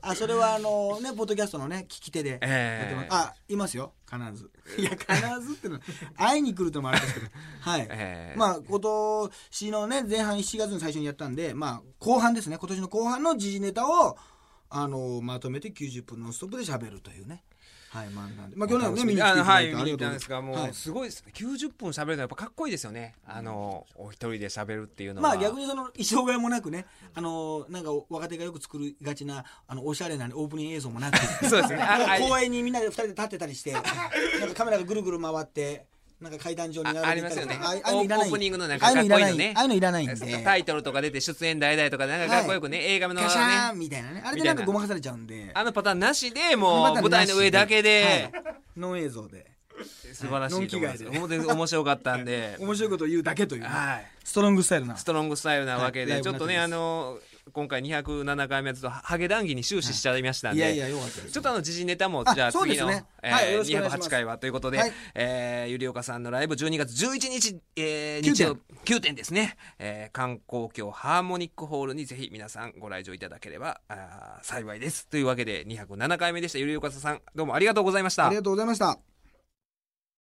あそれはあのねポッドキャストのね聞き手でやってま え、ーすあいますよ必ずいや必ずってのは会いに来るともあれですけどはい、えーまあ今年のね前半7月に最初にやったんでまあ後半ですね今年の後半の時事ネタをあのまとめて90分ノンストップで喋るというねはい、まあ、なんでまあ、去年はね、見に来ていあたのはだいい見てにあり行っがとたうんござでがもいますす。はういすごいです90分喋るのやっぱかっこいいですよねあのお一人で喋るっていうのまはあ逆にその衣装替えもなくね、あのなんか若手がよく作りがちなあのおしゃれなオープニング映像もなくそうですねあなんかあ公園にみんなで2人で立ってたりしてなんかカメラがぐるぐる回ってなんか階段状に並べていたとかあありますよねああいうのいらないオープニングのなんかああいうのいらないかっこいいのねああいうのいらないんでタイトルとか出て出演代々とかでなんかかっこよくね、映画のねカシャーンみたいなねあれでなんかごまかされちゃうんであのパターンなしでもう舞台の上だけで、はいノン映像で素晴らしいと思いますノン着替えでほんとに面白かったん で面白いことを言うだけというねはいストロングスタイルなストロングスタイルなわけで、はいちょっとねラあイブの今回207回目はちょっとハゲ談義に終始しちゃいましたんいで、やいやよかったですちょっとあの時事ネタもあじゃあそうで次すの、ねえーはいよろしくお願いします208回はということで、はいえーゆりおかさんのライブ12月11日、えー9点日曜9点ですね、えー観光協ハーモニックホールにぜひ皆さんご来場いただければあー幸いですというわけで207回目でしたゆりおかさんどうもありがとうございましたありがとうございました